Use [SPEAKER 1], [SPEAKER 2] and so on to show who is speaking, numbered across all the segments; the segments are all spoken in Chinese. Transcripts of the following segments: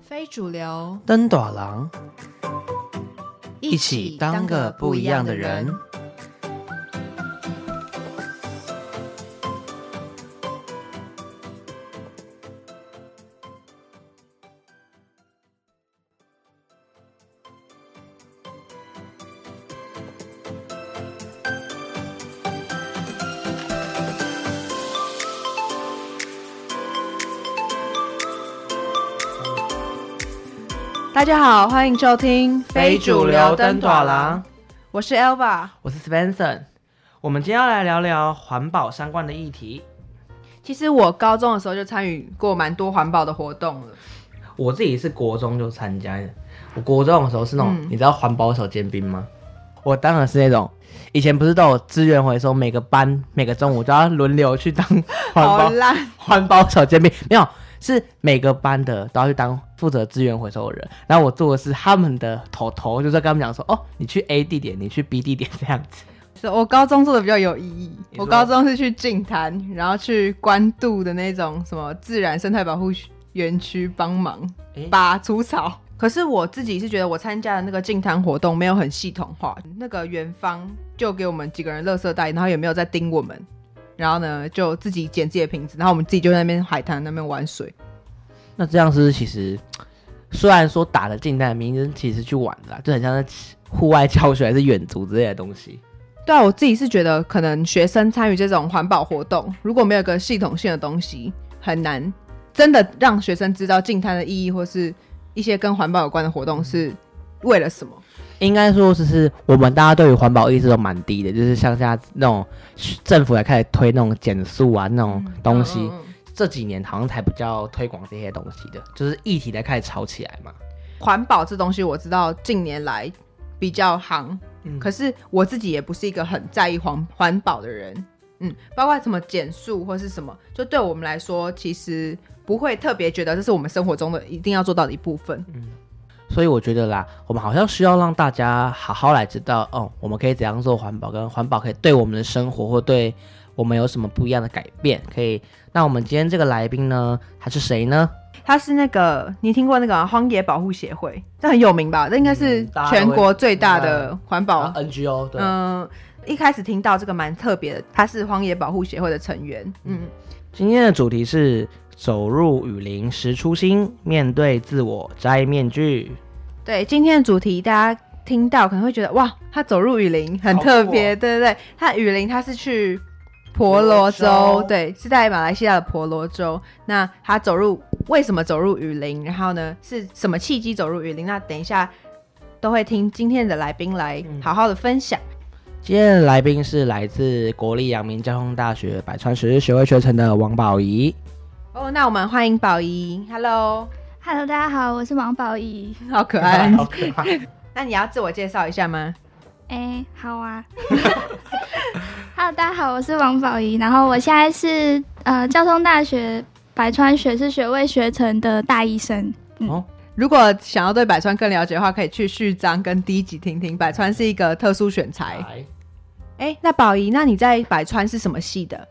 [SPEAKER 1] 非主流，
[SPEAKER 2] 登短廊，一起当个不一样的人。
[SPEAKER 1] 大家好，欢迎收听
[SPEAKER 2] 短廊，
[SPEAKER 1] 我是 Elva。
[SPEAKER 2] 我是 Svensson。我们今天要来聊聊环保相关的议题。
[SPEAKER 1] 其实我高中的时候就参与过蛮多环保的活动了。
[SPEAKER 2] 我自己是国中就参加的，我国中的时候是那种，
[SPEAKER 1] 嗯
[SPEAKER 2] 你知道环保手尖兵吗？我当然是那种，以前不是都有资源回收，每个班每个中午都要轮流去当环
[SPEAKER 1] 好
[SPEAKER 2] 保
[SPEAKER 1] 烂，
[SPEAKER 2] 环保手煎饼，没有，是每个班的都要去当负责资源回收的人。然后我做的是他们的头头，就是跟他们讲说，哦，你去 A 地点，你去 B 地点这 样子。
[SPEAKER 1] 是我高中做的比较有意义。
[SPEAKER 2] 你说
[SPEAKER 1] 我高中是去净滩，然后去关渡的那种什么自然生态保护园区帮忙
[SPEAKER 2] 诶
[SPEAKER 1] 拔除草。可是我自己是觉得，我参加的那个净滩活动没有很系统化。那个园方就给我们几个人垃圾袋，然后也没有再盯我们。然后呢，就自己捡自己的瓶子，然后我们自己就在那边海滩那边玩水。
[SPEAKER 2] 那这样是不是其实虽然说打了近代的名字，其实去玩的啦，就很像是户外教学还是远足之类的东西。
[SPEAKER 1] 对啊，我自己是觉得，可能学生参与这种环保活动，如果没有一个系统性的东西，很难真的让学生知道净滩的意义，或是一些跟环保有关的活动是为了什么。
[SPEAKER 2] 应该说，就是我们大家对于环保意识都蛮低的，就是像现在那种政府也开始推那种减速啊那种东西，
[SPEAKER 1] 嗯嗯嗯
[SPEAKER 2] 这几年好像才比较推广这些东西的，就是议题才开始炒起来嘛。
[SPEAKER 1] 环保这东西，我知道近年来比较行，
[SPEAKER 2] 嗯
[SPEAKER 1] 可是我自己也不是一个很在意环环保的人，嗯，包括什么减速或是什么，就对我们来说，其实不会特别觉得这是我们生活中的一定要做到的一部分。
[SPEAKER 2] 所以我觉得啦，我们好像需要让大家好好来知道，哦，我们可以怎样做环保，跟环保可以对我们的生活或对我们有什么不一样的改变。可以，那我们今天这个来宾呢，他是谁呢？
[SPEAKER 1] 他是那个你听过那个吗荒野保护协会，这很有名吧？这应该是
[SPEAKER 2] 嗯大家都会
[SPEAKER 1] 全国最大的环
[SPEAKER 2] 啊
[SPEAKER 1] 保。
[SPEAKER 2] ，NGO 对，
[SPEAKER 1] 嗯、一开始听到这个蛮特别的，他是荒野保护协会的成员。嗯，
[SPEAKER 2] 今天的主题是走入雨林识初心，面对自我摘面具。
[SPEAKER 1] 对，今天的主题大家听到可能会觉得哇，他走入雨林很
[SPEAKER 2] 好酷
[SPEAKER 1] 特
[SPEAKER 2] 哦
[SPEAKER 1] 别，对对对，他雨林他是去婆罗洲，
[SPEAKER 2] 婆罗洲
[SPEAKER 1] 对，是在马来西亚的婆罗洲。那他走入为什么走入雨林？然后呢，是什么契机走入雨林？那等一下都会听今天的来宾来
[SPEAKER 2] 嗯
[SPEAKER 1] 好好的分享。
[SPEAKER 2] 今天的来宾是来自国立阳明交通大学百川学士学位学程的王宝仪。。
[SPEAKER 1] 哦，那我们欢迎宝仪，Hello，
[SPEAKER 3] Hello，大家好，我是王宝仪。
[SPEAKER 1] 好可爱
[SPEAKER 2] 可爱。
[SPEAKER 1] 那你要自我介绍一下吗？
[SPEAKER 3] 哎、好啊。Hello，大家好，我是王宝仪。然后我现在是呃交通大学百川学士学位学程的大医生。
[SPEAKER 2] 哦，
[SPEAKER 1] 如果想要对百川更了解的话，可以去序章跟第一集听听。百川是一个特殊选材。
[SPEAKER 2] 来，
[SPEAKER 1] 哎、那宝仪，那你在百川是什么系的？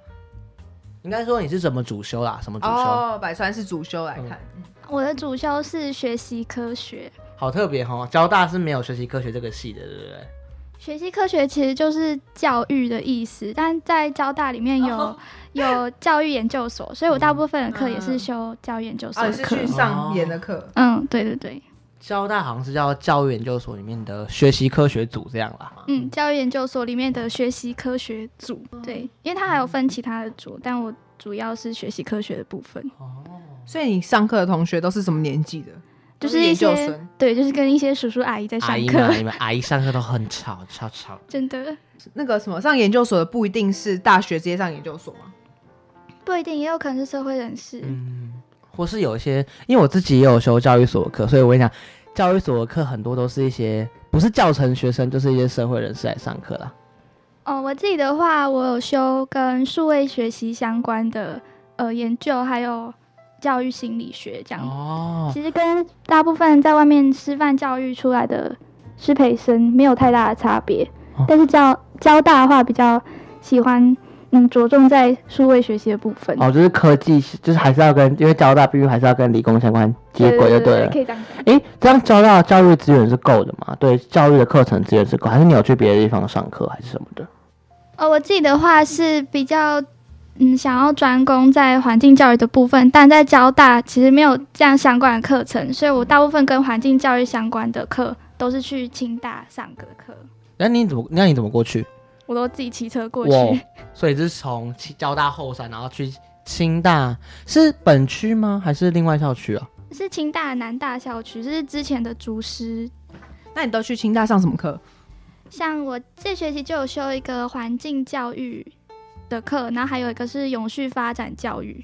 [SPEAKER 2] 应该说你是怎么主修啦？什么主修？
[SPEAKER 1] 哦，百川是主修来看。
[SPEAKER 3] 我的主修是学习科学。
[SPEAKER 2] 好特别哦，交大是没有学习科学这个系的，对不对？
[SPEAKER 3] 学习科学其实就是教育的意思，但在交大里面有、 有教育研究所，所以我大部分的课也是修教育研究所
[SPEAKER 1] 哦，你
[SPEAKER 3] 的
[SPEAKER 1] 是
[SPEAKER 3] 课。
[SPEAKER 1] 去上研的课。哦
[SPEAKER 3] 嗯，对对对，
[SPEAKER 2] 交大好像是叫教育研究所里面的学习科学组这样啦。
[SPEAKER 3] 嗯，教育研究所里面的学习科学组，
[SPEAKER 1] 哦
[SPEAKER 3] 对，因为它还有分其他的组，但我主要是学习科学的部分，
[SPEAKER 1] 哦所以你上课的同学都是什么年纪的？
[SPEAKER 3] 就
[SPEAKER 1] 都
[SPEAKER 3] 一
[SPEAKER 1] 研究
[SPEAKER 3] 些
[SPEAKER 1] 生。
[SPEAKER 3] 对，就是跟一些叔叔阿姨在
[SPEAKER 2] 阿
[SPEAKER 3] 上
[SPEAKER 2] 姨
[SPEAKER 3] 课
[SPEAKER 2] 们，，你们阿姨上课都很吵，吵吵。
[SPEAKER 3] 真的
[SPEAKER 1] 那个什么，上研究所的不一定是大学直接上研究所吗？
[SPEAKER 3] 不一定，也有可能是社会人士，
[SPEAKER 2] 嗯，或是有一些，因为我自己也有修教育所的课，所以我跟你讲，教育所的课很多都是一些不是教程学生，就是一些社会人士来上课啦。
[SPEAKER 3] 哦，我自己的话，我有修跟数位学习相关的呃研究，还有教育心理学这样，
[SPEAKER 2] 哦，
[SPEAKER 3] 其实跟大部分在外面师范教育出来的师培生没有太大的差别
[SPEAKER 2] 哦，
[SPEAKER 3] 但是教交大的话比较喜欢，嗯、嗯着重在数位学习的部分。
[SPEAKER 4] 哦，就是科技，就是还是要跟，因为交大毕竟还是要跟理工相关接轨就对了。
[SPEAKER 3] 可以这样讲。
[SPEAKER 4] 诶，这样交大的教育资源是够的嘛？对，教育的课程资源是够，还是你有去别的地方上课还是什么的？
[SPEAKER 3] 呃，我自己的话是比较，嗯，想要专攻在环境教育的部分，但在交大其实没有这样相关的课程，所以我大部分跟环境教育相关的课都是去清大上的课，
[SPEAKER 2] 那你怎么那你怎么过去？
[SPEAKER 3] 我都自己骑车过
[SPEAKER 2] 我
[SPEAKER 3] 去。，
[SPEAKER 2] 所以是从清交大后山，然后去清大，是本区吗？还是另外校区啊？
[SPEAKER 3] 是清大南大校区，这是之前的竹师。
[SPEAKER 1] 那你都去清大上什么课？
[SPEAKER 3] 像我这学期就有修一个环境教育的课，然后还有一个是永续发展教育。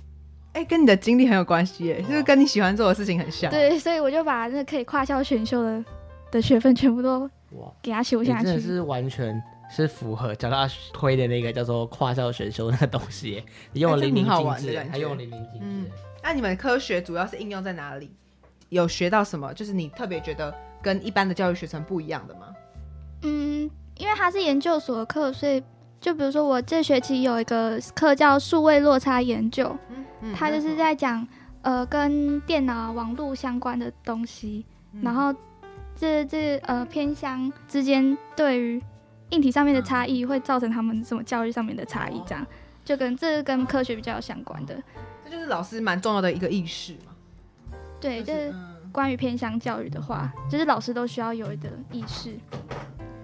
[SPEAKER 1] 哎、跟你的经历很有关系，哎，就是跟你喜欢做的事情很像。，
[SPEAKER 3] 对， 所以我就把那可以跨校选修的的学分全部都
[SPEAKER 2] 哇，
[SPEAKER 3] 给它修
[SPEAKER 2] 你
[SPEAKER 3] 下
[SPEAKER 2] 真的
[SPEAKER 3] 去。
[SPEAKER 2] 是完全是符合交大推的那个叫做跨校选修那个东西 耶，你用
[SPEAKER 1] 哎
[SPEAKER 2] 了
[SPEAKER 1] 这很
[SPEAKER 2] 淋漓
[SPEAKER 1] 好
[SPEAKER 2] 尽
[SPEAKER 1] 玩的
[SPEAKER 2] 致耶，
[SPEAKER 1] 感
[SPEAKER 2] 还用
[SPEAKER 1] 觉
[SPEAKER 2] 了淋漓尽
[SPEAKER 1] 嗯
[SPEAKER 2] 致耶。
[SPEAKER 1] 那你们科学主要是应用在哪里？有学到什么？就是你特别觉得跟一般的教育学程不一样的吗？
[SPEAKER 3] 嗯，因为它是研究所的课，所以就比如说我这学期有一个课叫数位落差研究，
[SPEAKER 1] 嗯
[SPEAKER 3] 它就是，在讲呃跟电脑、网络相关的东西，
[SPEAKER 1] 嗯
[SPEAKER 3] 然后这这呃偏乡之间对于硬体上面的差
[SPEAKER 1] 嗯
[SPEAKER 3] 异会造成他们什么教育上面的差
[SPEAKER 1] 哦
[SPEAKER 3] 异，这样就跟这是跟科学比较有相关的，
[SPEAKER 1] 这就是老师蛮重要的一个意识嘛。
[SPEAKER 3] 对，
[SPEAKER 1] 就
[SPEAKER 3] 这、
[SPEAKER 1] 是嗯
[SPEAKER 3] 关于偏乡教育的话，就是老师都需要有的意识。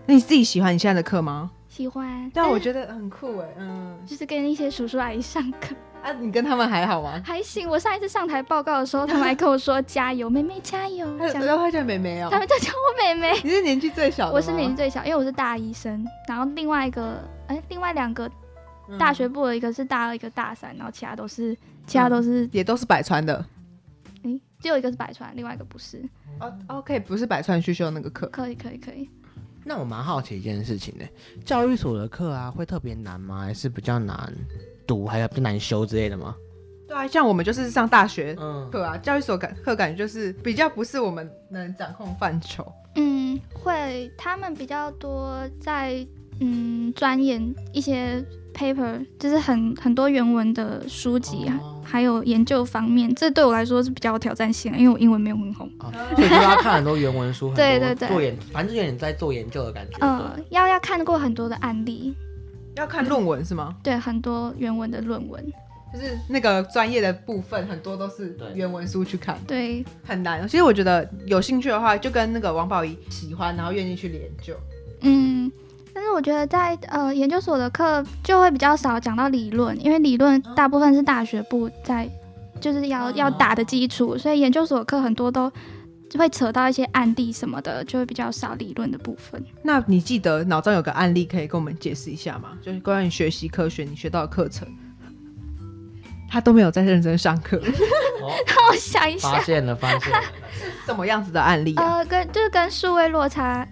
[SPEAKER 1] 那你自己喜欢你现在的课吗？
[SPEAKER 3] 喜欢，
[SPEAKER 1] 但我
[SPEAKER 3] 得
[SPEAKER 1] 觉得很酷哎，嗯，
[SPEAKER 3] 就是跟一些叔叔阿姨上课
[SPEAKER 1] 啊，你跟他们还好吗？
[SPEAKER 3] 还行。我上一次上台报告的时候，他们还跟我说加油， 妹妹加油，
[SPEAKER 1] 他
[SPEAKER 3] 这
[SPEAKER 1] 有要
[SPEAKER 3] 样
[SPEAKER 1] 他叫妹妹哦
[SPEAKER 3] 他，们就叫我妹妹。
[SPEAKER 1] 你是年纪最小的吗，
[SPEAKER 3] 我是年纪最小，因为我是大一生，然后另外一个，哎，另外两个
[SPEAKER 1] 嗯
[SPEAKER 3] 大学部的一个是大二，一个大三，然后其他都是其他都是，
[SPEAKER 1] 也都是百川的
[SPEAKER 3] 哎，只有一个是百川，另外一个不是。
[SPEAKER 2] 嗯
[SPEAKER 1] 哦，OK，不是百川去修那个课，
[SPEAKER 3] 可以，可以，可以。
[SPEAKER 2] 那我蛮好奇一件事情呢、教育所的课啊，会特别难吗？还是比较难读，还有比较难修之类的吗？
[SPEAKER 1] 对啊，像我们就是上大学
[SPEAKER 2] 嗯，
[SPEAKER 1] 课啊，教育所感课感觉就是比较不是我们能掌控范畴。
[SPEAKER 3] 嗯，会，他们比较多在嗯钻研一些 paper，就是很很多原文的书籍啊，
[SPEAKER 2] 哦
[SPEAKER 3] 还有研究方面，这对我来说是比较有挑战性的，啊因为我英文没有很好。
[SPEAKER 2] 哦所以就要看很多原文书，很多
[SPEAKER 3] 对对对
[SPEAKER 2] 做研，反正就有点在做研究的感觉。
[SPEAKER 3] 嗯、
[SPEAKER 2] 对
[SPEAKER 3] 要要看过很多的案例，
[SPEAKER 1] 要看论文是 吗？
[SPEAKER 3] 对很多原文的论文，
[SPEAKER 1] 就是那个专业的部分，很多都是
[SPEAKER 2] 对
[SPEAKER 1] 原文书去看，
[SPEAKER 3] 对
[SPEAKER 1] 很难。其实我觉得有兴趣的话，就跟那个王宝仪喜欢，然后愿意去研究。
[SPEAKER 3] 嗯，但是我觉得在呃研究所的课就会比较少讲到理论，因为理论大部分是大学部在就是要要打的基础，所以研究所课很多都会扯到一些案例什么的，就会比较少理论的部 分。
[SPEAKER 1] 那你记得脑中有个案例可以跟我们解释一下吗？就是关于学习科学你学到的课程，他都没有在认真上 课，
[SPEAKER 2] 哦
[SPEAKER 3] 让我想一
[SPEAKER 2] 发
[SPEAKER 3] 下，
[SPEAKER 2] 现了，发现了。
[SPEAKER 1] 什么样子的案例啊？
[SPEAKER 3] 呃，跟就是跟数位落差，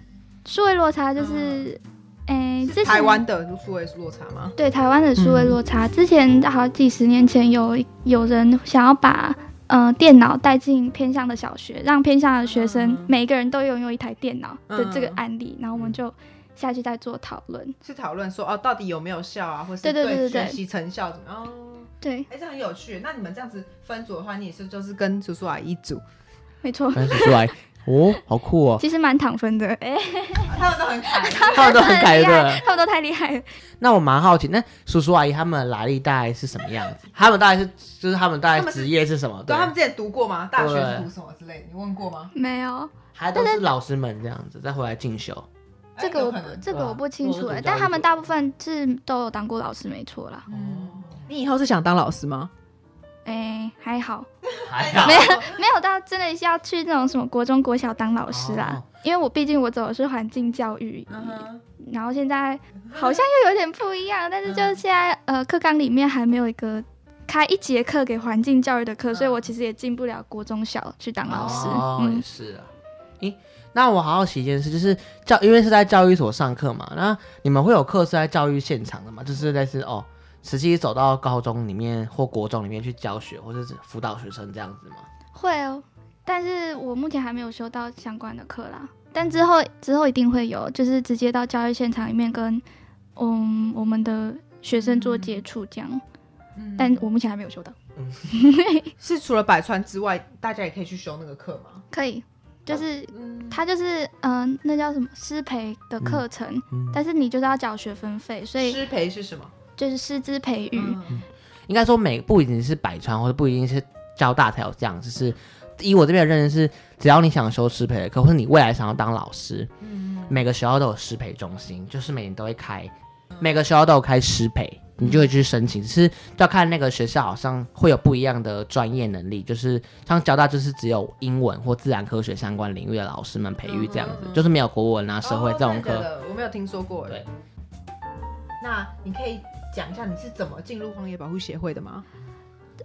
[SPEAKER 3] 数位落差就是，诶、之
[SPEAKER 1] 是
[SPEAKER 3] 前
[SPEAKER 1] 台湾的数位落差吗？
[SPEAKER 3] 对台湾的数
[SPEAKER 1] 嗯
[SPEAKER 3] 位落差，之前好几十年前有有人想要把呃电脑带进偏向的小学，让偏向的学生、
[SPEAKER 1] 嗯
[SPEAKER 3] 每个人都拥有一台电脑的这个
[SPEAKER 1] 嗯
[SPEAKER 3] 案例，然后我们就下去再做讨论。
[SPEAKER 1] 是讨论说哦，到底有没有效啊，或是
[SPEAKER 3] 对对对对对
[SPEAKER 1] 学习成效怎么样？哦
[SPEAKER 3] 对，
[SPEAKER 1] 哎、这很有趣。那你们这样子分组的话，你也是就是跟叔叔阿姨一组，
[SPEAKER 3] 没错，
[SPEAKER 2] 分析出来，哦，好酷哦，
[SPEAKER 3] 其实蛮躺 分的， 哎、
[SPEAKER 1] 他们都很开心。啊
[SPEAKER 2] 他们都很改
[SPEAKER 3] 厉
[SPEAKER 2] 的
[SPEAKER 3] 害，。他们都太厉害了。
[SPEAKER 2] 那我蛮好奇，那叔叔阿姨他们的来历大概是什么样子？ 他们大概是就是他们大
[SPEAKER 1] 他
[SPEAKER 2] 概
[SPEAKER 1] 们是
[SPEAKER 2] 职业是什么？啊
[SPEAKER 1] 对，他们之前读过吗？大学是
[SPEAKER 2] 对
[SPEAKER 1] 读什么之类的？你问过吗？
[SPEAKER 3] 没有
[SPEAKER 2] 还都是老师们这样子，再回来进修。
[SPEAKER 1] 哎
[SPEAKER 3] 这个
[SPEAKER 1] 有
[SPEAKER 3] 我
[SPEAKER 1] 可能
[SPEAKER 3] 这个我不清楚、
[SPEAKER 2] 对啊
[SPEAKER 3] 哎，
[SPEAKER 2] 这个我是
[SPEAKER 3] 但他
[SPEAKER 2] 不了
[SPEAKER 3] 们
[SPEAKER 2] 解
[SPEAKER 3] 大部分是都有当过老师，没错啦。
[SPEAKER 1] 嗯，你以后是想当老师吗？
[SPEAKER 3] 哎、还好，
[SPEAKER 2] 还好
[SPEAKER 3] 没有没有到真的是要去那种什么国中、国小当老师啊啦，
[SPEAKER 2] 哦
[SPEAKER 3] 因为我毕竟我走的是环境教育，
[SPEAKER 1] 嗯哼，
[SPEAKER 3] 然后现在好像又有点不一样，但是就是现在呃课纲里面还没有一个开一节课给环境教育的课，所以我其实也进不了国中小去当老师。
[SPEAKER 2] 哦，也
[SPEAKER 3] 嗯，
[SPEAKER 2] 是啊。咦，那我好好奇一件事，就是教，因为是在教育所上课嘛，那你们会有课是在教育现场的嘛？就是类似哦，实际走到高中里面或国中里面去教学，或者是辅导学生这样子吗？
[SPEAKER 3] 会哦，但是我目前还没有修到相关的课啦，但之后之后一定会有，就是直接到教育现场里面跟嗯我们的学生做接触这样。
[SPEAKER 1] 嗯
[SPEAKER 3] 但我目前还没有修到。
[SPEAKER 1] 是除了百川之外，大家也可以去修那个课吗？
[SPEAKER 3] 可以，就是
[SPEAKER 1] 嗯，
[SPEAKER 3] 它就是嗯、呃那叫什么师培的课程，
[SPEAKER 2] 嗯
[SPEAKER 3] 但是你就是要缴学分费，所以
[SPEAKER 1] 师培是什么？
[SPEAKER 3] 就是师资培育。
[SPEAKER 1] 嗯
[SPEAKER 2] 应该说每不一定是百川，或者不一定是交大才有这样，就是以我这边的认识是，只要你想修师培的课，或者你未来想要当老师，
[SPEAKER 1] 嗯，
[SPEAKER 2] 每个学校都有师培中心，就是每年都会开，每个学校都有开师培，你就会去申请，只是要看那个学校好像会有不一样的专业能力，就是像交大就是只有英文或自然科学相关领域的老师们培育这样
[SPEAKER 3] 嗯
[SPEAKER 2] 子，就是没有国文啊、社会这种课。
[SPEAKER 1] 哦真的假的我没有听说过。
[SPEAKER 2] 对，
[SPEAKER 1] 那你可以讲一下你是怎么进入荒野保护协会的吗？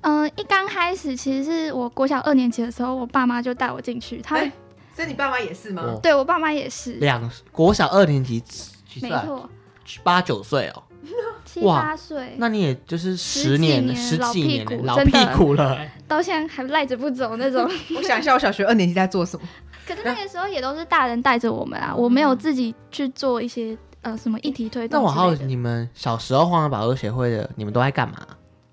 [SPEAKER 3] 嗯、一刚开始其实是我国小二年级的时候，我爸妈就带我进去，他们、
[SPEAKER 1] 哎所以你爸妈也是吗
[SPEAKER 2] 我？
[SPEAKER 3] 对我爸妈也是，
[SPEAKER 2] 两国小二年级几
[SPEAKER 3] 没
[SPEAKER 2] 岁啊？
[SPEAKER 3] 错，
[SPEAKER 2] 八九岁哦。
[SPEAKER 3] 七
[SPEAKER 2] 哇
[SPEAKER 3] 八岁
[SPEAKER 2] 那你也就是十
[SPEAKER 3] 十几
[SPEAKER 2] 年、
[SPEAKER 3] 年
[SPEAKER 2] 十
[SPEAKER 3] 老
[SPEAKER 2] 几
[SPEAKER 3] 屁
[SPEAKER 2] 年
[SPEAKER 3] 股
[SPEAKER 2] 了老
[SPEAKER 3] 真
[SPEAKER 2] 屁
[SPEAKER 3] 的
[SPEAKER 2] 股了，
[SPEAKER 3] 到现在还赖着不走那 种。
[SPEAKER 1] 我想一下，我小学二年级在做什么？
[SPEAKER 3] 可是那个时候也都是大人带着我们
[SPEAKER 1] 嗯
[SPEAKER 3] 啊，我没有自己去做一些呃什么议题推
[SPEAKER 2] 那
[SPEAKER 3] 动
[SPEAKER 2] 我好
[SPEAKER 3] 之类
[SPEAKER 2] 奇
[SPEAKER 3] 的。
[SPEAKER 2] 你们小时候荒野保护协会的，你们都在干嘛？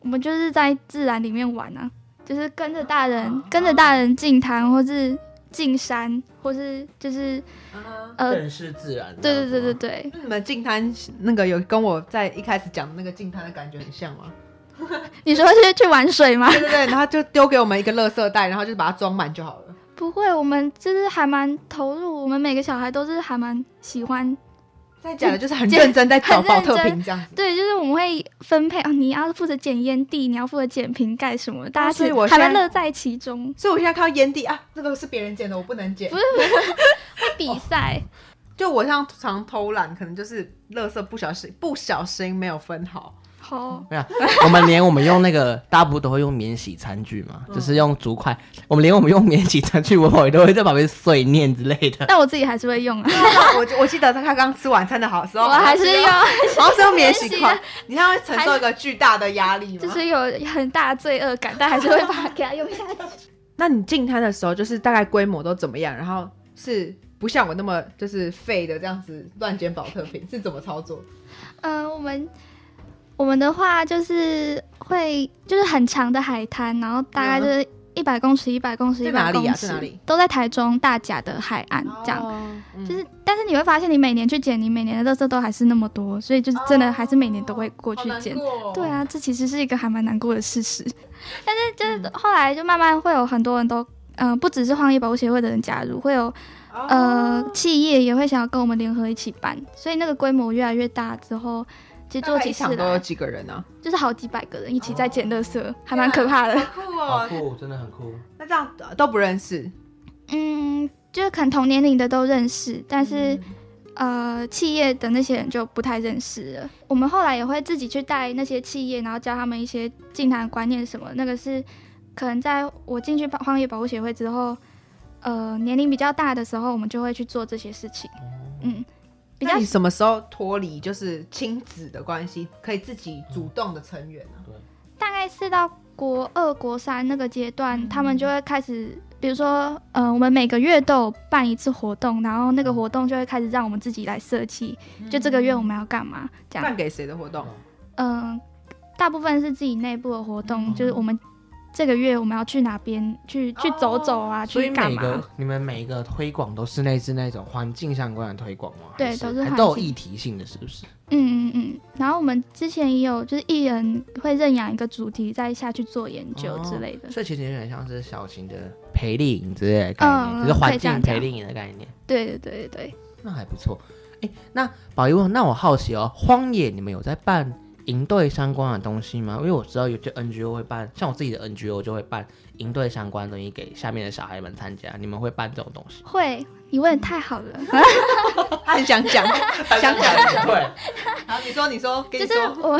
[SPEAKER 3] 我们就是在自然里面玩啊，就是跟着大人，
[SPEAKER 1] 啊
[SPEAKER 3] 跟着大人进潭，或是进山，或是就是呃，
[SPEAKER 2] 认识自然。
[SPEAKER 3] 对对对对对，
[SPEAKER 1] 那你们进滩那个有跟我在一开始讲的那个进滩的感觉很像吗？
[SPEAKER 3] 你说是去玩水吗？
[SPEAKER 1] 对对对，然后就丢给我们一个垃圾袋，然后就把它装满就好了。
[SPEAKER 3] 不会，我们就是还蛮投入，我们每个小孩都是还蛮喜欢，
[SPEAKER 1] 再讲的就是很认真在找
[SPEAKER 3] 很
[SPEAKER 1] 保特
[SPEAKER 3] 认真
[SPEAKER 1] 瓶这样子。
[SPEAKER 3] 对，就是我们会分配啊，你要负责捡烟蒂，你要负责捡瓶盖什么的，大家
[SPEAKER 1] 啊所以
[SPEAKER 3] 其实
[SPEAKER 1] 我
[SPEAKER 3] 还
[SPEAKER 1] 现
[SPEAKER 3] 蛮
[SPEAKER 1] 在
[SPEAKER 3] 乐在其中。
[SPEAKER 1] 所以我现在看到烟蒂啊，这个是别人捡的，我不能捡
[SPEAKER 3] 不。是会比赛，
[SPEAKER 1] 就我像常偷懒，可能就是垃圾不小心不小心没有分好。
[SPEAKER 3] 好、
[SPEAKER 2] 没有，啊我们连我们用那个， 大家不都会用免洗餐具嘛，
[SPEAKER 3] 嗯
[SPEAKER 2] 就是用竹筷。我们连我们用免洗餐具，我也都会在旁边碎念之类的。
[SPEAKER 3] 但我自己还是会 用啊，
[SPEAKER 1] 我我记得他他刚吃晚餐的好时候，
[SPEAKER 3] 我还是用，
[SPEAKER 1] 然后是用免洗
[SPEAKER 3] 免洗
[SPEAKER 1] 筷
[SPEAKER 3] 的，
[SPEAKER 1] 你看会承受一个巨大的压力吗？
[SPEAKER 3] 就是有很大的罪恶感，但还是会把它给它用下去。
[SPEAKER 1] 那你进摊的时候，就是大概规模都怎么样？然后是不像我那么就是废的这样子乱捡保特瓶，是怎么操作？
[SPEAKER 3] 嗯，我们我们的话就是会就是很长的海滩，然后大概就是一百公尺、一百公尺、
[SPEAKER 1] 嗯在
[SPEAKER 3] 一
[SPEAKER 1] 哪
[SPEAKER 3] 百
[SPEAKER 1] 里啊
[SPEAKER 3] 公
[SPEAKER 1] 在哪
[SPEAKER 3] 尺
[SPEAKER 1] 里，
[SPEAKER 3] 都在台中大甲的海岸这样。
[SPEAKER 1] 嗯
[SPEAKER 3] 哦就是，但是你会发现，你每年去捡，你每年的垃圾都还是那么多，所以就是真的还是每年都会过去捡。
[SPEAKER 1] 哦
[SPEAKER 3] 对，啊，这其实是一个还蛮难过的事实。但是
[SPEAKER 1] 嗯
[SPEAKER 3] 就是后来就慢慢会有很多人都，嗯、不只是荒野保护协会的人加入，会有
[SPEAKER 1] 好难过哦
[SPEAKER 3] 呃，企业也会想要跟我们联合一起办，所以那个规模越来越大之后，其实
[SPEAKER 1] 大
[SPEAKER 3] 做
[SPEAKER 1] 概
[SPEAKER 3] 起
[SPEAKER 1] 一
[SPEAKER 3] 事
[SPEAKER 1] 场都有
[SPEAKER 3] 来
[SPEAKER 1] 几个人啊？
[SPEAKER 3] 就是好几百个人一起在捡垃圾，还蛮可怕的。
[SPEAKER 1] 酷哦！
[SPEAKER 2] 酷，真的很酷。
[SPEAKER 1] 那这样呃都不认识，
[SPEAKER 3] 嗯，就是可能同年龄的都认识，但是、
[SPEAKER 1] 嗯
[SPEAKER 3] 呃，企业的那些人就不太认识了。我们后来也会自己去带那些企业，然后教他们一些进谈观念什么。那个是可能在我进去荒野保护协会之后，呃，年龄比较大的时候，我们就会去做这些事情。嗯，比较
[SPEAKER 1] 那你什么时候脱离就是亲子的关系，可以自己主动的成员啊
[SPEAKER 3] 嗯
[SPEAKER 1] 呢、
[SPEAKER 3] 大概是到国二、国三那个阶
[SPEAKER 2] 嗯
[SPEAKER 3] 段，他们就会开始，比如说，呃，我们每个月都有办一次活动，然后那个活动就会开始让我们自己来设计，
[SPEAKER 2] 嗯
[SPEAKER 3] 就这个月我们要干嘛这样
[SPEAKER 1] 办。给谁的活动？
[SPEAKER 3] 嗯、大部分是自己内部的活
[SPEAKER 2] 嗯
[SPEAKER 3] 动，就是我们这个月我们要去哪边去去走走啊，
[SPEAKER 2] 哦所以
[SPEAKER 3] 去干
[SPEAKER 2] 每
[SPEAKER 3] 嘛
[SPEAKER 2] 个？你们每一个推广都是类似那种环境相关的推广吗？
[SPEAKER 3] 对
[SPEAKER 2] 还是
[SPEAKER 3] 都是
[SPEAKER 2] 还
[SPEAKER 3] 环
[SPEAKER 2] 都有
[SPEAKER 3] 境
[SPEAKER 2] 议题性的，是不是？
[SPEAKER 3] 嗯嗯嗯。然后我们之前也有，就是艺人会认养一个主题，再下去做研究
[SPEAKER 2] 哦
[SPEAKER 3] 之类的。
[SPEAKER 2] 所以其实有点像是小型的培力营之类的概念，
[SPEAKER 3] 嗯
[SPEAKER 2] 只是
[SPEAKER 3] 可
[SPEAKER 2] 环
[SPEAKER 3] 以这样
[SPEAKER 2] 境
[SPEAKER 3] 讲
[SPEAKER 2] 培力营的概念。
[SPEAKER 3] 对对对对对。
[SPEAKER 2] 那还不错。哎，那宝仪问，那我好奇哦，荒野你们有在办营队相关的东西吗？因为我知道有些 NGO 会办，像我自己的 NGO 就会办营队相关的东西给下面的小孩们参加。你们会办这种东西？
[SPEAKER 3] 会，你问的太好了。
[SPEAKER 1] 他 很想 讲，想讲。
[SPEAKER 2] 对，
[SPEAKER 1] 好，你说，你说，跟
[SPEAKER 3] 就
[SPEAKER 1] 你
[SPEAKER 3] 是
[SPEAKER 1] 说。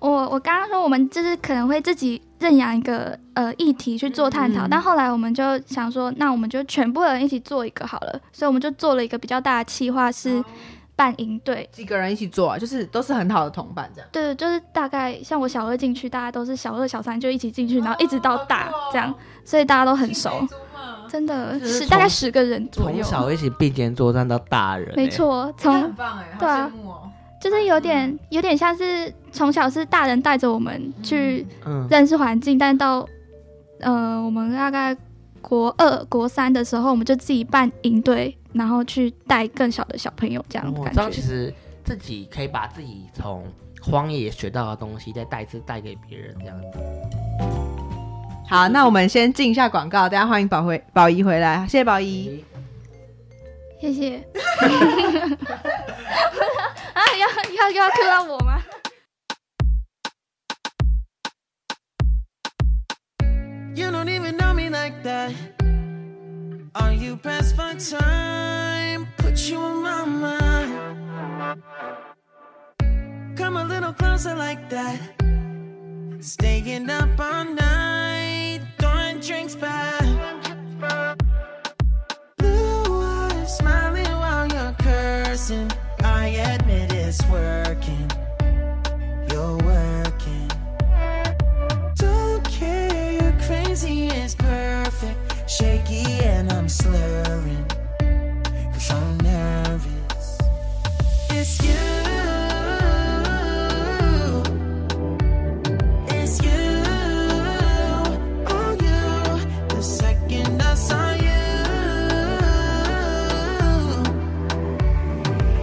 [SPEAKER 3] 我，我我刚刚说我们就是可能会自己认养一个呃议题去做探讨，
[SPEAKER 1] 嗯
[SPEAKER 3] 但后来我们就想说，那我们就全部人一起做一个好了，所以我们就做了一个比较大的企划，是
[SPEAKER 2] 嗯
[SPEAKER 3] 办营队。
[SPEAKER 1] 哦几个人一起做啊，就是都是很好的同伴这样。
[SPEAKER 3] 对，就是大概像我小二进去，大家都是小二、小三就一起进去，然后一直到
[SPEAKER 2] 哦
[SPEAKER 3] 大这样，所以大家都很熟，真的
[SPEAKER 2] 就是
[SPEAKER 3] 十
[SPEAKER 2] 从
[SPEAKER 3] 大概十个人左
[SPEAKER 2] 从
[SPEAKER 3] 右，
[SPEAKER 2] 小一起并肩作战到大人、欸
[SPEAKER 3] 没，错，
[SPEAKER 1] 真的
[SPEAKER 3] 从
[SPEAKER 1] 很棒哎，好
[SPEAKER 3] 对啊
[SPEAKER 1] 羡慕哦。
[SPEAKER 3] 就是
[SPEAKER 2] 嗯
[SPEAKER 3] 有点有点像是从小是大人带着我们去
[SPEAKER 2] 嗯，
[SPEAKER 3] 认识环境，但到呃我们大概国二国三的时候，我们就自己办营队，然后去带更小的小朋友这样的
[SPEAKER 2] 我
[SPEAKER 3] 感
[SPEAKER 2] 知道
[SPEAKER 3] 觉
[SPEAKER 2] 其。实自己可以把自己从荒野学到的东西再带一次带给别人，这样子。
[SPEAKER 1] 好，那我们先进一下广告，大家欢迎宝回宝仪回来，谢谢宝仪。
[SPEAKER 3] 谢谢。 啊，要要要 Q 到我吗？
[SPEAKER 5] You don't even know me like that. Are you pressed for time? Put you in my mind. Come a little closer like that. Staying up all night, throwing drinks back. Blue eyes, smiling while you're cursing. I admit it's working. You're working. Don't care, you're crazy, it's perfect. Shaky and I'm slurring. Cause I'm nervous. It's you. It's you. Oh, you. The second I saw you,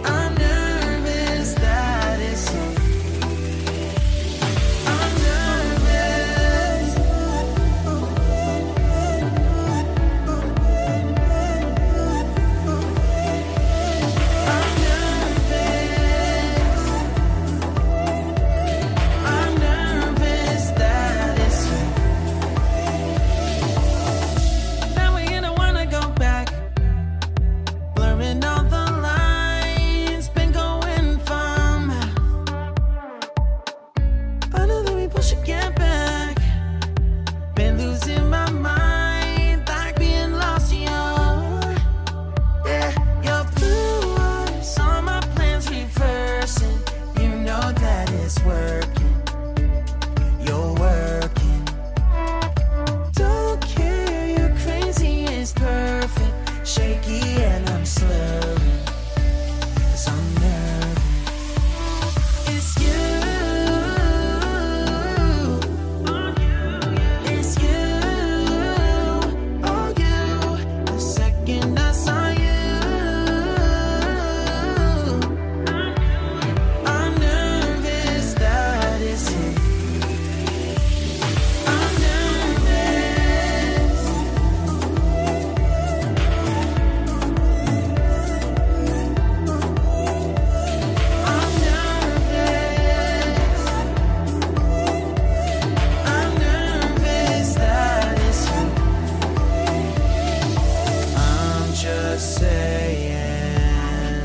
[SPEAKER 5] I'm nervous that it's you. I'm nervous. I'm nervous. I'm nervous that it's you. Now we don't wanna go back. Blurring all the lines, been going from. I know that we both should get back. Been losing my mind, like being lost in your, yeah, your blue eyes. All my plans reversing. You know that it's working. You're working. Don't care, you're crazy, it's perfect. Shaky and I'm slurring. Cause I'm nervous. It's you. It's you. Oh, you. The second I saw you, I'm nervous that it's you. I'm nervous. I'm nervous. I'm nervous that it's you. I'm just saying,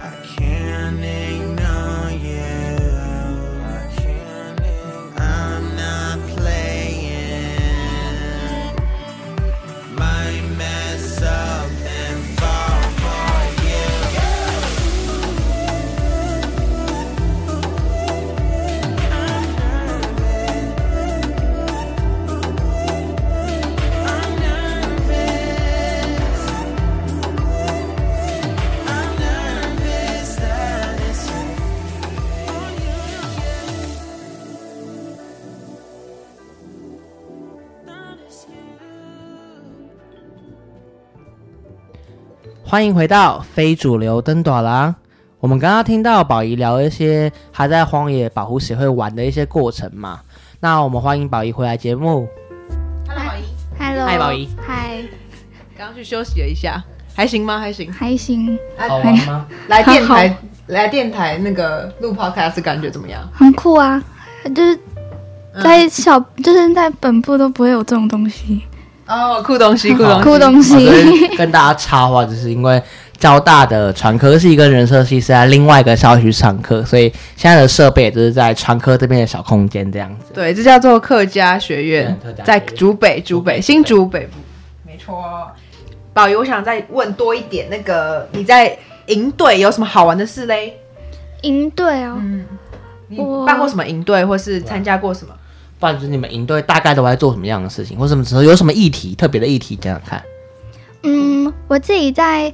[SPEAKER 5] I can't ignore you. I'm not playing. Might mess up and fall for you. I'm nervous. I'm nervous that it's you. That it's you.
[SPEAKER 2] 欢迎回到非主流登短廊。我们刚刚听到宝仪聊一些他在荒野保护协会玩的一些过程嘛，那我们欢迎宝仪回来节目。
[SPEAKER 3] Hello，
[SPEAKER 2] 嗨宝仪，
[SPEAKER 3] 嗨，
[SPEAKER 1] 刚刚去休息了一下，还行吗？还行。
[SPEAKER 3] 还行，
[SPEAKER 2] 好
[SPEAKER 1] 哎
[SPEAKER 2] 玩 吗？
[SPEAKER 1] 来电
[SPEAKER 3] 好
[SPEAKER 1] 台，来电台那个录 podcast 感觉怎么样？
[SPEAKER 3] 很酷啊，就是
[SPEAKER 1] 嗯
[SPEAKER 3] 在小，就是在本部都不会有这种东西，
[SPEAKER 1] 哦，酷东西，酷东西，
[SPEAKER 3] 酷东西
[SPEAKER 2] 我，这边跟大家插话，就是因为交大的传科系跟人社系是在另外一个校区上课，所以现在的设备也就是在传科这边的小空间这样子。
[SPEAKER 1] 对，这叫做客家学院
[SPEAKER 2] 对客家学院，
[SPEAKER 1] 在竹北，竹
[SPEAKER 2] 竹北
[SPEAKER 1] 北，新竹北部，没错。宝仪，我想再问多一点，那个你在营队有什么好玩的事嘞？
[SPEAKER 3] 营队哦，
[SPEAKER 1] 嗯，你
[SPEAKER 3] 我
[SPEAKER 1] 办过什么营队，或是参加过什么？
[SPEAKER 2] 不然就是你们营队大概都在做什么样的事情，或什么有什么议题特别的议题，讲讲看。
[SPEAKER 3] 嗯，我自己在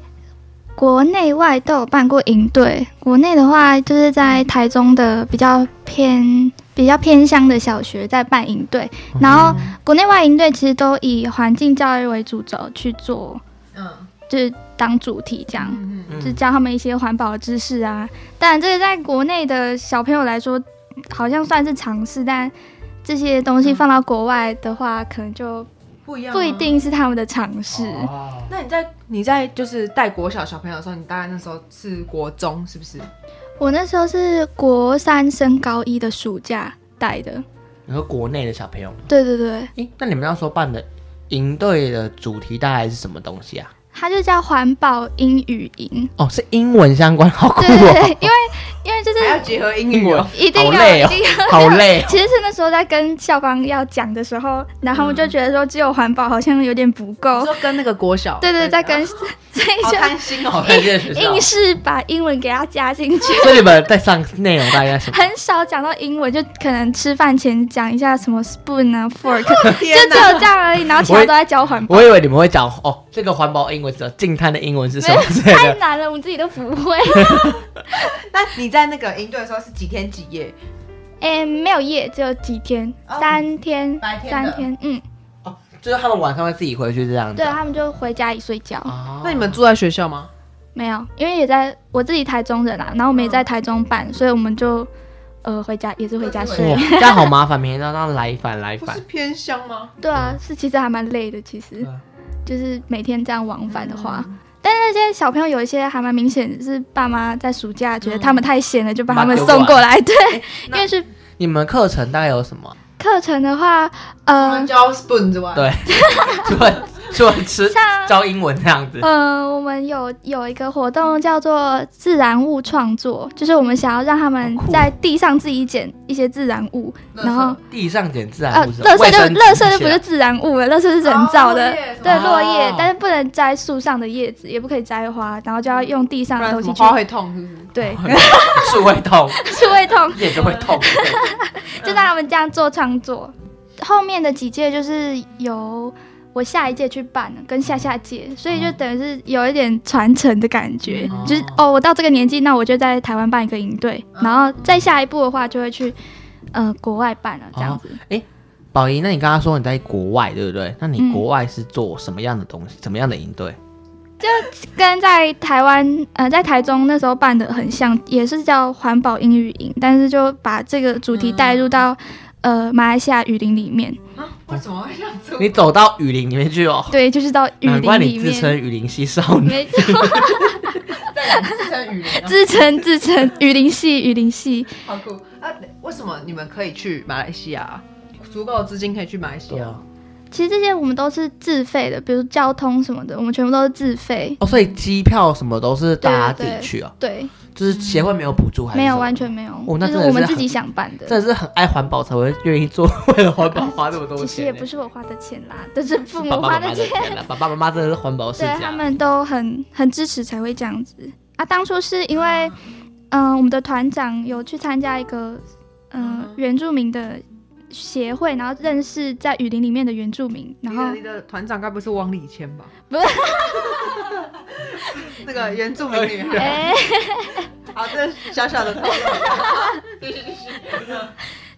[SPEAKER 3] 国内外都有办过营队。国内的话，就是在台中的比较偏、比较偏乡的小学在办营队，然后国内外营队其实都以环境教育为主轴去做，
[SPEAKER 1] 嗯
[SPEAKER 3] 就是当主题这样。
[SPEAKER 1] 嗯嗯，
[SPEAKER 3] 就教他们一些环保的知识啊。当然，这个在国内的小朋友来说，好像算是尝试，但这些东西放到国外的话，可能就
[SPEAKER 1] 不一样，
[SPEAKER 3] 不一。定是他们的尝试。
[SPEAKER 1] 那你在你在就是带国小小朋友的时候，你大概那时候是国中是不是？
[SPEAKER 3] 我那时候是国三升高一的暑假带的，
[SPEAKER 2] 你说国内的小朋友吗？
[SPEAKER 3] 对对对，
[SPEAKER 2] 诶，那你们那时候办的营队的主题大概是什么东西啊？
[SPEAKER 3] 它就叫环保英语 营。
[SPEAKER 2] 哦，是英文相关，好酷
[SPEAKER 3] 对对对
[SPEAKER 2] 哦，，
[SPEAKER 3] 因为因为就是
[SPEAKER 1] 还要结合英
[SPEAKER 2] 英
[SPEAKER 1] 语
[SPEAKER 2] 文
[SPEAKER 1] 哦。
[SPEAKER 3] 一定
[SPEAKER 2] 好
[SPEAKER 3] 要
[SPEAKER 2] 累
[SPEAKER 3] 一
[SPEAKER 2] 哦
[SPEAKER 3] 定要
[SPEAKER 2] 好累哦。
[SPEAKER 3] 其实是那时候在跟校方要讲的时候，然后我就觉得说只有环保好像有点不够
[SPEAKER 1] 你，说跟那个国小，
[SPEAKER 3] 哦对 对，在跟，所以
[SPEAKER 1] 好
[SPEAKER 3] 就
[SPEAKER 1] 贪心哦。
[SPEAKER 2] 好累这个学校
[SPEAKER 3] 硬。是把英文给它加进去，
[SPEAKER 2] 所以你们在上内容大概什么？
[SPEAKER 3] 很少讲到英文，就可能吃饭前讲一下什么 spoon 啊 fork，就
[SPEAKER 1] 哦天
[SPEAKER 3] 只
[SPEAKER 1] 哪！
[SPEAKER 3] 有这样而已，然后其他都在教环保，
[SPEAKER 2] 我以为你们会讲哦，这个环保英文是静态的英文是什么之类
[SPEAKER 3] 太
[SPEAKER 2] 的。
[SPEAKER 3] 难了，我们自己都不会。
[SPEAKER 1] 那你在那个营队的时候是几天几夜？
[SPEAKER 3] 哎、没有夜，只有几天，
[SPEAKER 1] 哦
[SPEAKER 3] 三天，
[SPEAKER 1] 白天的
[SPEAKER 3] 三天，嗯，
[SPEAKER 2] 哦，就是他们晚上会自己回去这样子
[SPEAKER 3] 对
[SPEAKER 2] 啊。
[SPEAKER 3] 他们就回家里睡觉，
[SPEAKER 2] 哦
[SPEAKER 1] 那你们住在学校吗？
[SPEAKER 3] 没有，因为也在我自己台中人啊，然后我们也在台中办，所以我们就呃回家也是回家睡
[SPEAKER 2] 哇，，这样好麻烦，每天都要来返来
[SPEAKER 1] 不
[SPEAKER 2] 返
[SPEAKER 1] 是。偏乡吗？
[SPEAKER 3] 对啊，是其实还蛮累的，其实
[SPEAKER 2] 对啊
[SPEAKER 3] 就是每天这样往返的话。但是那些小朋友有一些还蛮明显是爸妈在暑假觉得他们太闲了，就把他们送过来。对，因为是
[SPEAKER 2] 你们课程大概有什么？
[SPEAKER 3] 课程的话，
[SPEAKER 1] 除了
[SPEAKER 3] 呃
[SPEAKER 1] 教 spoon 之外，
[SPEAKER 2] 对，除了除了吃
[SPEAKER 3] 像
[SPEAKER 2] 教英文这样子。
[SPEAKER 3] 呃，我们有有一个活动叫做自然物创作，就是我们想要让他们
[SPEAKER 2] 好酷哦
[SPEAKER 3] 在地上自己捡一些自然物，
[SPEAKER 1] 垃圾
[SPEAKER 3] 然后
[SPEAKER 2] 地上捡自
[SPEAKER 3] 呃，
[SPEAKER 2] 然物是吧，
[SPEAKER 3] 垃圾就
[SPEAKER 2] 卫生纸
[SPEAKER 3] 垃圾就不
[SPEAKER 2] 写
[SPEAKER 3] 是
[SPEAKER 2] 啊
[SPEAKER 3] 自然物了，垃圾是人造的
[SPEAKER 1] 哦落叶什么，
[SPEAKER 3] 对落
[SPEAKER 2] 哦
[SPEAKER 3] 叶，但是不能摘树上的叶子，也不可以摘花，然后就要用地
[SPEAKER 1] 嗯
[SPEAKER 3] 上
[SPEAKER 1] 不
[SPEAKER 3] 的
[SPEAKER 1] 然什
[SPEAKER 3] 东西
[SPEAKER 1] 么
[SPEAKER 3] 去
[SPEAKER 1] 花会痛是不是？
[SPEAKER 3] 对，
[SPEAKER 2] 啊 树会痛，
[SPEAKER 3] 是 会痛。
[SPEAKER 2] 叶就会痛。
[SPEAKER 3] 就让他们这样做创作。后面的几届就是由我下一届去办了，跟下下届，所以就等于是有一点传承的感觉，
[SPEAKER 2] 嗯
[SPEAKER 3] 就是哦，我到这个年纪，那我就在台湾办一个营队，然后再下一步的话就会去呃国外办了，这样子。
[SPEAKER 2] 宝仪，那你刚刚说你在国外，对不对？那你
[SPEAKER 3] 嗯
[SPEAKER 2] 国外是做什么样的东西？什么样的营队？
[SPEAKER 3] 跟在台湾呃在台中那时候办的很像，也是叫环保英语营，但是就把这个主题带入到、呃马来西亚雨林里面，
[SPEAKER 1] 啊，为什么会这样子？
[SPEAKER 2] 你走到雨林里面去哦，
[SPEAKER 3] 对，就是到雨
[SPEAKER 2] 难怪
[SPEAKER 3] 林
[SPEAKER 2] 你
[SPEAKER 3] 里
[SPEAKER 2] 自
[SPEAKER 3] 面，
[SPEAKER 2] 称雨林系少女。
[SPEAKER 3] 没错。
[SPEAKER 1] 在自身雨林啊，
[SPEAKER 3] 自称 自称雨林系雨林系，
[SPEAKER 1] 好酷啊！为什么你们可以去马来西亚啊？足够的资金可以去马来西
[SPEAKER 2] 对
[SPEAKER 1] 亚
[SPEAKER 2] 啊，
[SPEAKER 3] 其实这些我们都是自费的，比如交通什么的，我们全部都是自费。
[SPEAKER 2] 哦，所以机票什么都是大家自
[SPEAKER 3] 对
[SPEAKER 2] 己
[SPEAKER 3] 对
[SPEAKER 2] 去哦，
[SPEAKER 3] 对，
[SPEAKER 2] 就是协会没有补助还是
[SPEAKER 3] 没
[SPEAKER 2] 什
[SPEAKER 3] 有
[SPEAKER 2] 么
[SPEAKER 3] 完全没有，
[SPEAKER 2] 哦那
[SPEAKER 3] 就是
[SPEAKER 2] 真的
[SPEAKER 3] 我们
[SPEAKER 2] 是
[SPEAKER 3] 自
[SPEAKER 2] 很
[SPEAKER 3] 己想办的。
[SPEAKER 2] 真的是很爱环保才会愿意做，为了环保花这么多钱呢。
[SPEAKER 3] 其实也 不是我花的钱啦，都是父 母
[SPEAKER 2] 爸爸
[SPEAKER 3] 花
[SPEAKER 2] 妈妈的
[SPEAKER 3] 钱。
[SPEAKER 2] 钱了，爸爸妈妈真的是环保世
[SPEAKER 3] 对
[SPEAKER 2] 家。
[SPEAKER 3] 他们都很很支持才会这样子啊。当初是因为，
[SPEAKER 2] 啊
[SPEAKER 3] 嗯、我们的团长有去参加一个嗯、呃原住民的协会，然后认识在雨林里面的原住民，然
[SPEAKER 1] 你
[SPEAKER 3] 后
[SPEAKER 1] 的你的团长该不是汪礼谦 吧？
[SPEAKER 3] 不是，
[SPEAKER 1] 那个原住民女孩。
[SPEAKER 3] 哎。
[SPEAKER 1] 好，这小小的讨 论。继续继续。
[SPEAKER 3] 哎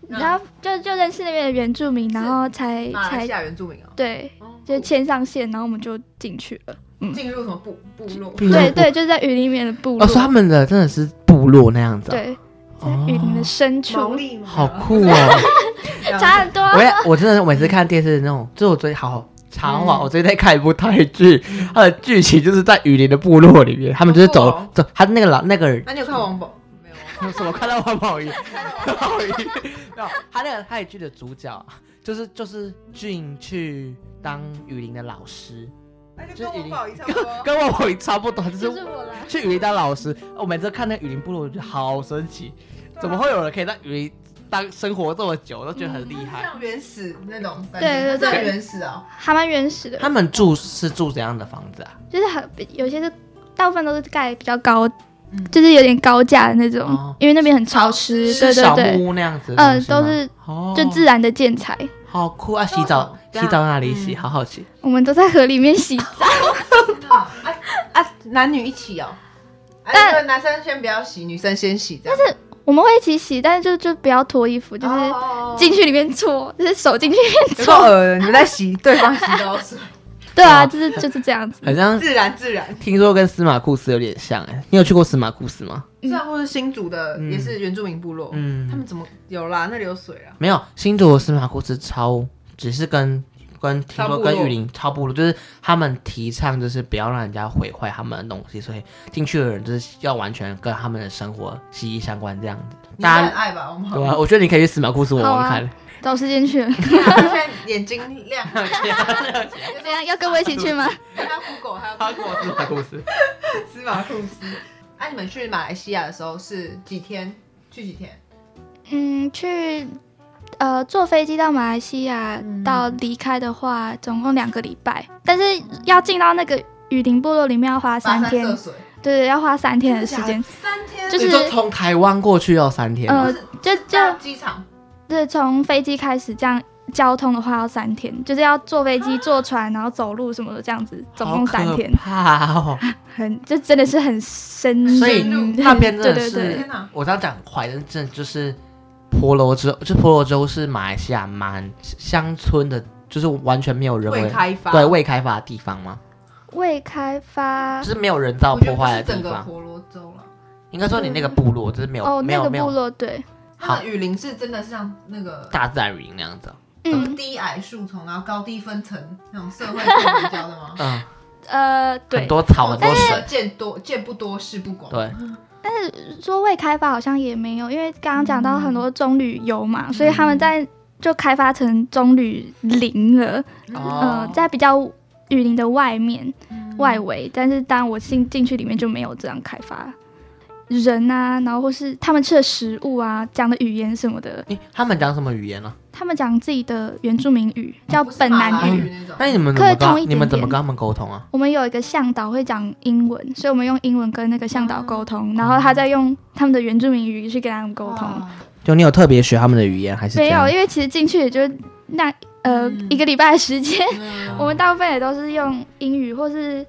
[SPEAKER 3] 然后就就认识那边的原住民，然后才
[SPEAKER 1] 马来
[SPEAKER 3] 才
[SPEAKER 1] 西亚原住民哦，
[SPEAKER 3] 对，
[SPEAKER 1] 嗯
[SPEAKER 3] 就牵上线，然后我们就进去了。
[SPEAKER 1] 进入什么部部落？
[SPEAKER 2] 部
[SPEAKER 3] 对对，就是在雨林里面的部
[SPEAKER 2] 嗯
[SPEAKER 3] 落，
[SPEAKER 2] 哦，所以他们的真的是部落那样子、啊，
[SPEAKER 3] 对，在雨林的深处，
[SPEAKER 1] 毛利吗？
[SPEAKER 2] 好酷哦！
[SPEAKER 1] 这样子！
[SPEAKER 3] 差很多啊。
[SPEAKER 2] 我也我真的每次看电视那种，就是我最好插话，我最近在看一部泰剧，它的剧情就是在雨林的部落里面，他们就是走、
[SPEAKER 1] 好酷哦
[SPEAKER 2] 走，他那个老那个人
[SPEAKER 1] 那你有看王宝？没有啊。
[SPEAKER 2] 什么看到环保 鱼，环保鱼，没有，他那个泰剧的主角就是就是俊去当雨林的老师，
[SPEAKER 1] 那就
[SPEAKER 2] 就
[SPEAKER 1] 跟
[SPEAKER 2] 是雨
[SPEAKER 1] 王宝一
[SPEAKER 2] 林
[SPEAKER 1] 差不
[SPEAKER 2] 跟
[SPEAKER 1] 多。
[SPEAKER 2] 跟我我差不多，就是
[SPEAKER 3] 就是我啦，
[SPEAKER 2] 去雨林当老师，我每次看那雨林部落，我觉得好神奇，怎么会有人可以在雨林当生活这么久，都觉得很厉害？
[SPEAKER 1] 像原始那种感觉？
[SPEAKER 3] 对对对
[SPEAKER 1] 这样原始啊。
[SPEAKER 3] 还蛮原始的，
[SPEAKER 2] 他们住是住怎样的房子啊？
[SPEAKER 3] 就是很有些是大部分都是盖比较高
[SPEAKER 1] 嗯，
[SPEAKER 3] 就是有点高架的那种
[SPEAKER 2] 哦，
[SPEAKER 3] 因为那边很潮湿。对
[SPEAKER 2] 是
[SPEAKER 3] 对
[SPEAKER 2] 小
[SPEAKER 3] 对，
[SPEAKER 2] 木屋那样子的东，
[SPEAKER 3] 嗯
[SPEAKER 2] 西吗？
[SPEAKER 3] 都是
[SPEAKER 2] 哦，
[SPEAKER 3] 就自哦然的建材，
[SPEAKER 2] 好酷啊！洗澡
[SPEAKER 1] 这
[SPEAKER 2] 洗
[SPEAKER 1] 样
[SPEAKER 2] 澡哪里
[SPEAKER 1] 嗯
[SPEAKER 2] 洗？好好洗。
[SPEAKER 3] 我们都在河里面洗澡。
[SPEAKER 1] 啊，哎啊，男女一起哦。哎
[SPEAKER 3] 但
[SPEAKER 1] 那个男生先不要洗，女生先洗，但是
[SPEAKER 3] 我们会一起洗，但是就就不要脱衣服，就是
[SPEAKER 2] 哦
[SPEAKER 3] 进去里面搓，就是手进去里面
[SPEAKER 1] 有够
[SPEAKER 3] 搓。
[SPEAKER 1] 恶的，你们在洗对方洗澡水，
[SPEAKER 3] 对啊，就是就是这样子。
[SPEAKER 2] 很像
[SPEAKER 1] 自然自然。
[SPEAKER 2] 听说跟司马库斯有点像哎、你有去过司马库斯吗？
[SPEAKER 1] 虽然或是新竹的也是原住民部落，
[SPEAKER 2] 嗯
[SPEAKER 1] 他们怎么有啦？那里有水啊，
[SPEAKER 2] 没有，新竹的司马库斯超只是跟跟听
[SPEAKER 1] 超
[SPEAKER 2] 说
[SPEAKER 1] 部落
[SPEAKER 2] 跟玉林超部落，就是他们提倡就是不要让人家毁坏他们的东西，所以进去的人就是要完全跟他们的生活息息相关这样子。
[SPEAKER 1] 你应该
[SPEAKER 2] 大
[SPEAKER 1] 很
[SPEAKER 2] 家
[SPEAKER 1] 爱吧？我们好
[SPEAKER 2] 对啊，我觉得你可以去司马库斯玩玩
[SPEAKER 3] 啊
[SPEAKER 2] 看。
[SPEAKER 3] 找时间 去，
[SPEAKER 1] 现在眼睛亮，
[SPEAKER 3] 怎样？要跟我一起去吗？
[SPEAKER 1] 他 Google 还有
[SPEAKER 2] 他跟我司马库斯，
[SPEAKER 1] 司马库斯。哎、你们去马来西亚的时候是几天？去几天？
[SPEAKER 3] 嗯，去呃坐飞机到马来西亚
[SPEAKER 1] 嗯
[SPEAKER 3] 到离开的话，总共两个礼拜，但是要进到那个雨林部落里面要花
[SPEAKER 1] 跋
[SPEAKER 3] 三
[SPEAKER 1] 山
[SPEAKER 3] 天，
[SPEAKER 1] 涉水，
[SPEAKER 3] 对对，要花三天的时间，
[SPEAKER 1] 三天，
[SPEAKER 3] 就是
[SPEAKER 2] 你说从台湾过去要三天吗，
[SPEAKER 3] 呃，就就
[SPEAKER 1] 到机场，
[SPEAKER 3] 对，从飞机开始这样。交通的话要三天，就是要坐飞机、坐船，然后走路什么的，这样子，总共三天
[SPEAKER 2] 啊好可，怕哦！
[SPEAKER 3] 很就真的是很深
[SPEAKER 2] 所以
[SPEAKER 3] 入
[SPEAKER 2] 那边真的
[SPEAKER 3] 对对
[SPEAKER 2] 是
[SPEAKER 3] 对
[SPEAKER 1] 天哪！
[SPEAKER 2] 我这样讲很快，但真的就是婆罗洲，就婆罗洲是马来西亚蛮乡村的，就是完全没有人为
[SPEAKER 1] 未开发，
[SPEAKER 2] 对未开发的地方吗？
[SPEAKER 3] 未开发
[SPEAKER 2] 就是没有人造
[SPEAKER 1] 我觉得
[SPEAKER 2] 破
[SPEAKER 1] 不
[SPEAKER 2] 坏
[SPEAKER 1] 是
[SPEAKER 2] 的地
[SPEAKER 1] 整个
[SPEAKER 2] 方。
[SPEAKER 1] 婆罗洲了。
[SPEAKER 2] 应该说你那个部落就是没有、
[SPEAKER 3] 哦，
[SPEAKER 2] 没
[SPEAKER 3] 那
[SPEAKER 2] 有
[SPEAKER 3] 个
[SPEAKER 2] 没
[SPEAKER 3] 部
[SPEAKER 2] 有
[SPEAKER 3] 落对，
[SPEAKER 1] 他们雨林是真的是像那个
[SPEAKER 2] 大自然雨林那样子哦。？
[SPEAKER 1] 什
[SPEAKER 3] 嗯
[SPEAKER 1] 么低矮树丛，然后高低分层那种社会建筑教的吗
[SPEAKER 2] 嗯，
[SPEAKER 3] 呃对
[SPEAKER 2] 很，多草很多
[SPEAKER 3] 哦
[SPEAKER 1] 但
[SPEAKER 2] 水
[SPEAKER 1] 是， 见多见不多，事不广。
[SPEAKER 2] 对，
[SPEAKER 3] 说未开发好像也没有，因为刚刚讲到很多棕榈油嘛，
[SPEAKER 1] 嗯
[SPEAKER 3] 所以他们在就开发成棕榈林了，
[SPEAKER 1] 嗯
[SPEAKER 2] 哦
[SPEAKER 3] 呃，在比较雨林的外面、外围，但是当然我进进去里面就没有这样开发。人啊，然后或是他们吃的食物啊，讲的语言什么的，
[SPEAKER 2] 诶他们讲什么语言啊呢、
[SPEAKER 3] 他们讲自己的原住民语，叫
[SPEAKER 1] 不是哎
[SPEAKER 3] 本
[SPEAKER 1] 马来
[SPEAKER 3] 南语。
[SPEAKER 1] 那种。
[SPEAKER 2] 那你们怎
[SPEAKER 3] 可以
[SPEAKER 2] 么跟
[SPEAKER 3] 通一点
[SPEAKER 2] 你们怎么
[SPEAKER 3] 点
[SPEAKER 2] 跟他们沟通啊？
[SPEAKER 3] 我们有一个向导会讲英文，所以我们用英文跟那个向
[SPEAKER 1] 哦
[SPEAKER 3] 导沟通，然后他再用他们的原住民语去跟他们沟通。
[SPEAKER 1] 哇
[SPEAKER 2] 就你有特别学他们的语言还是
[SPEAKER 3] 没
[SPEAKER 2] 怎样
[SPEAKER 3] 有，因为其实进去也就那呃、
[SPEAKER 1] 嗯
[SPEAKER 3] 一个礼拜的时间， 我
[SPEAKER 1] 嗯
[SPEAKER 3] 们大部分也都是用英语或是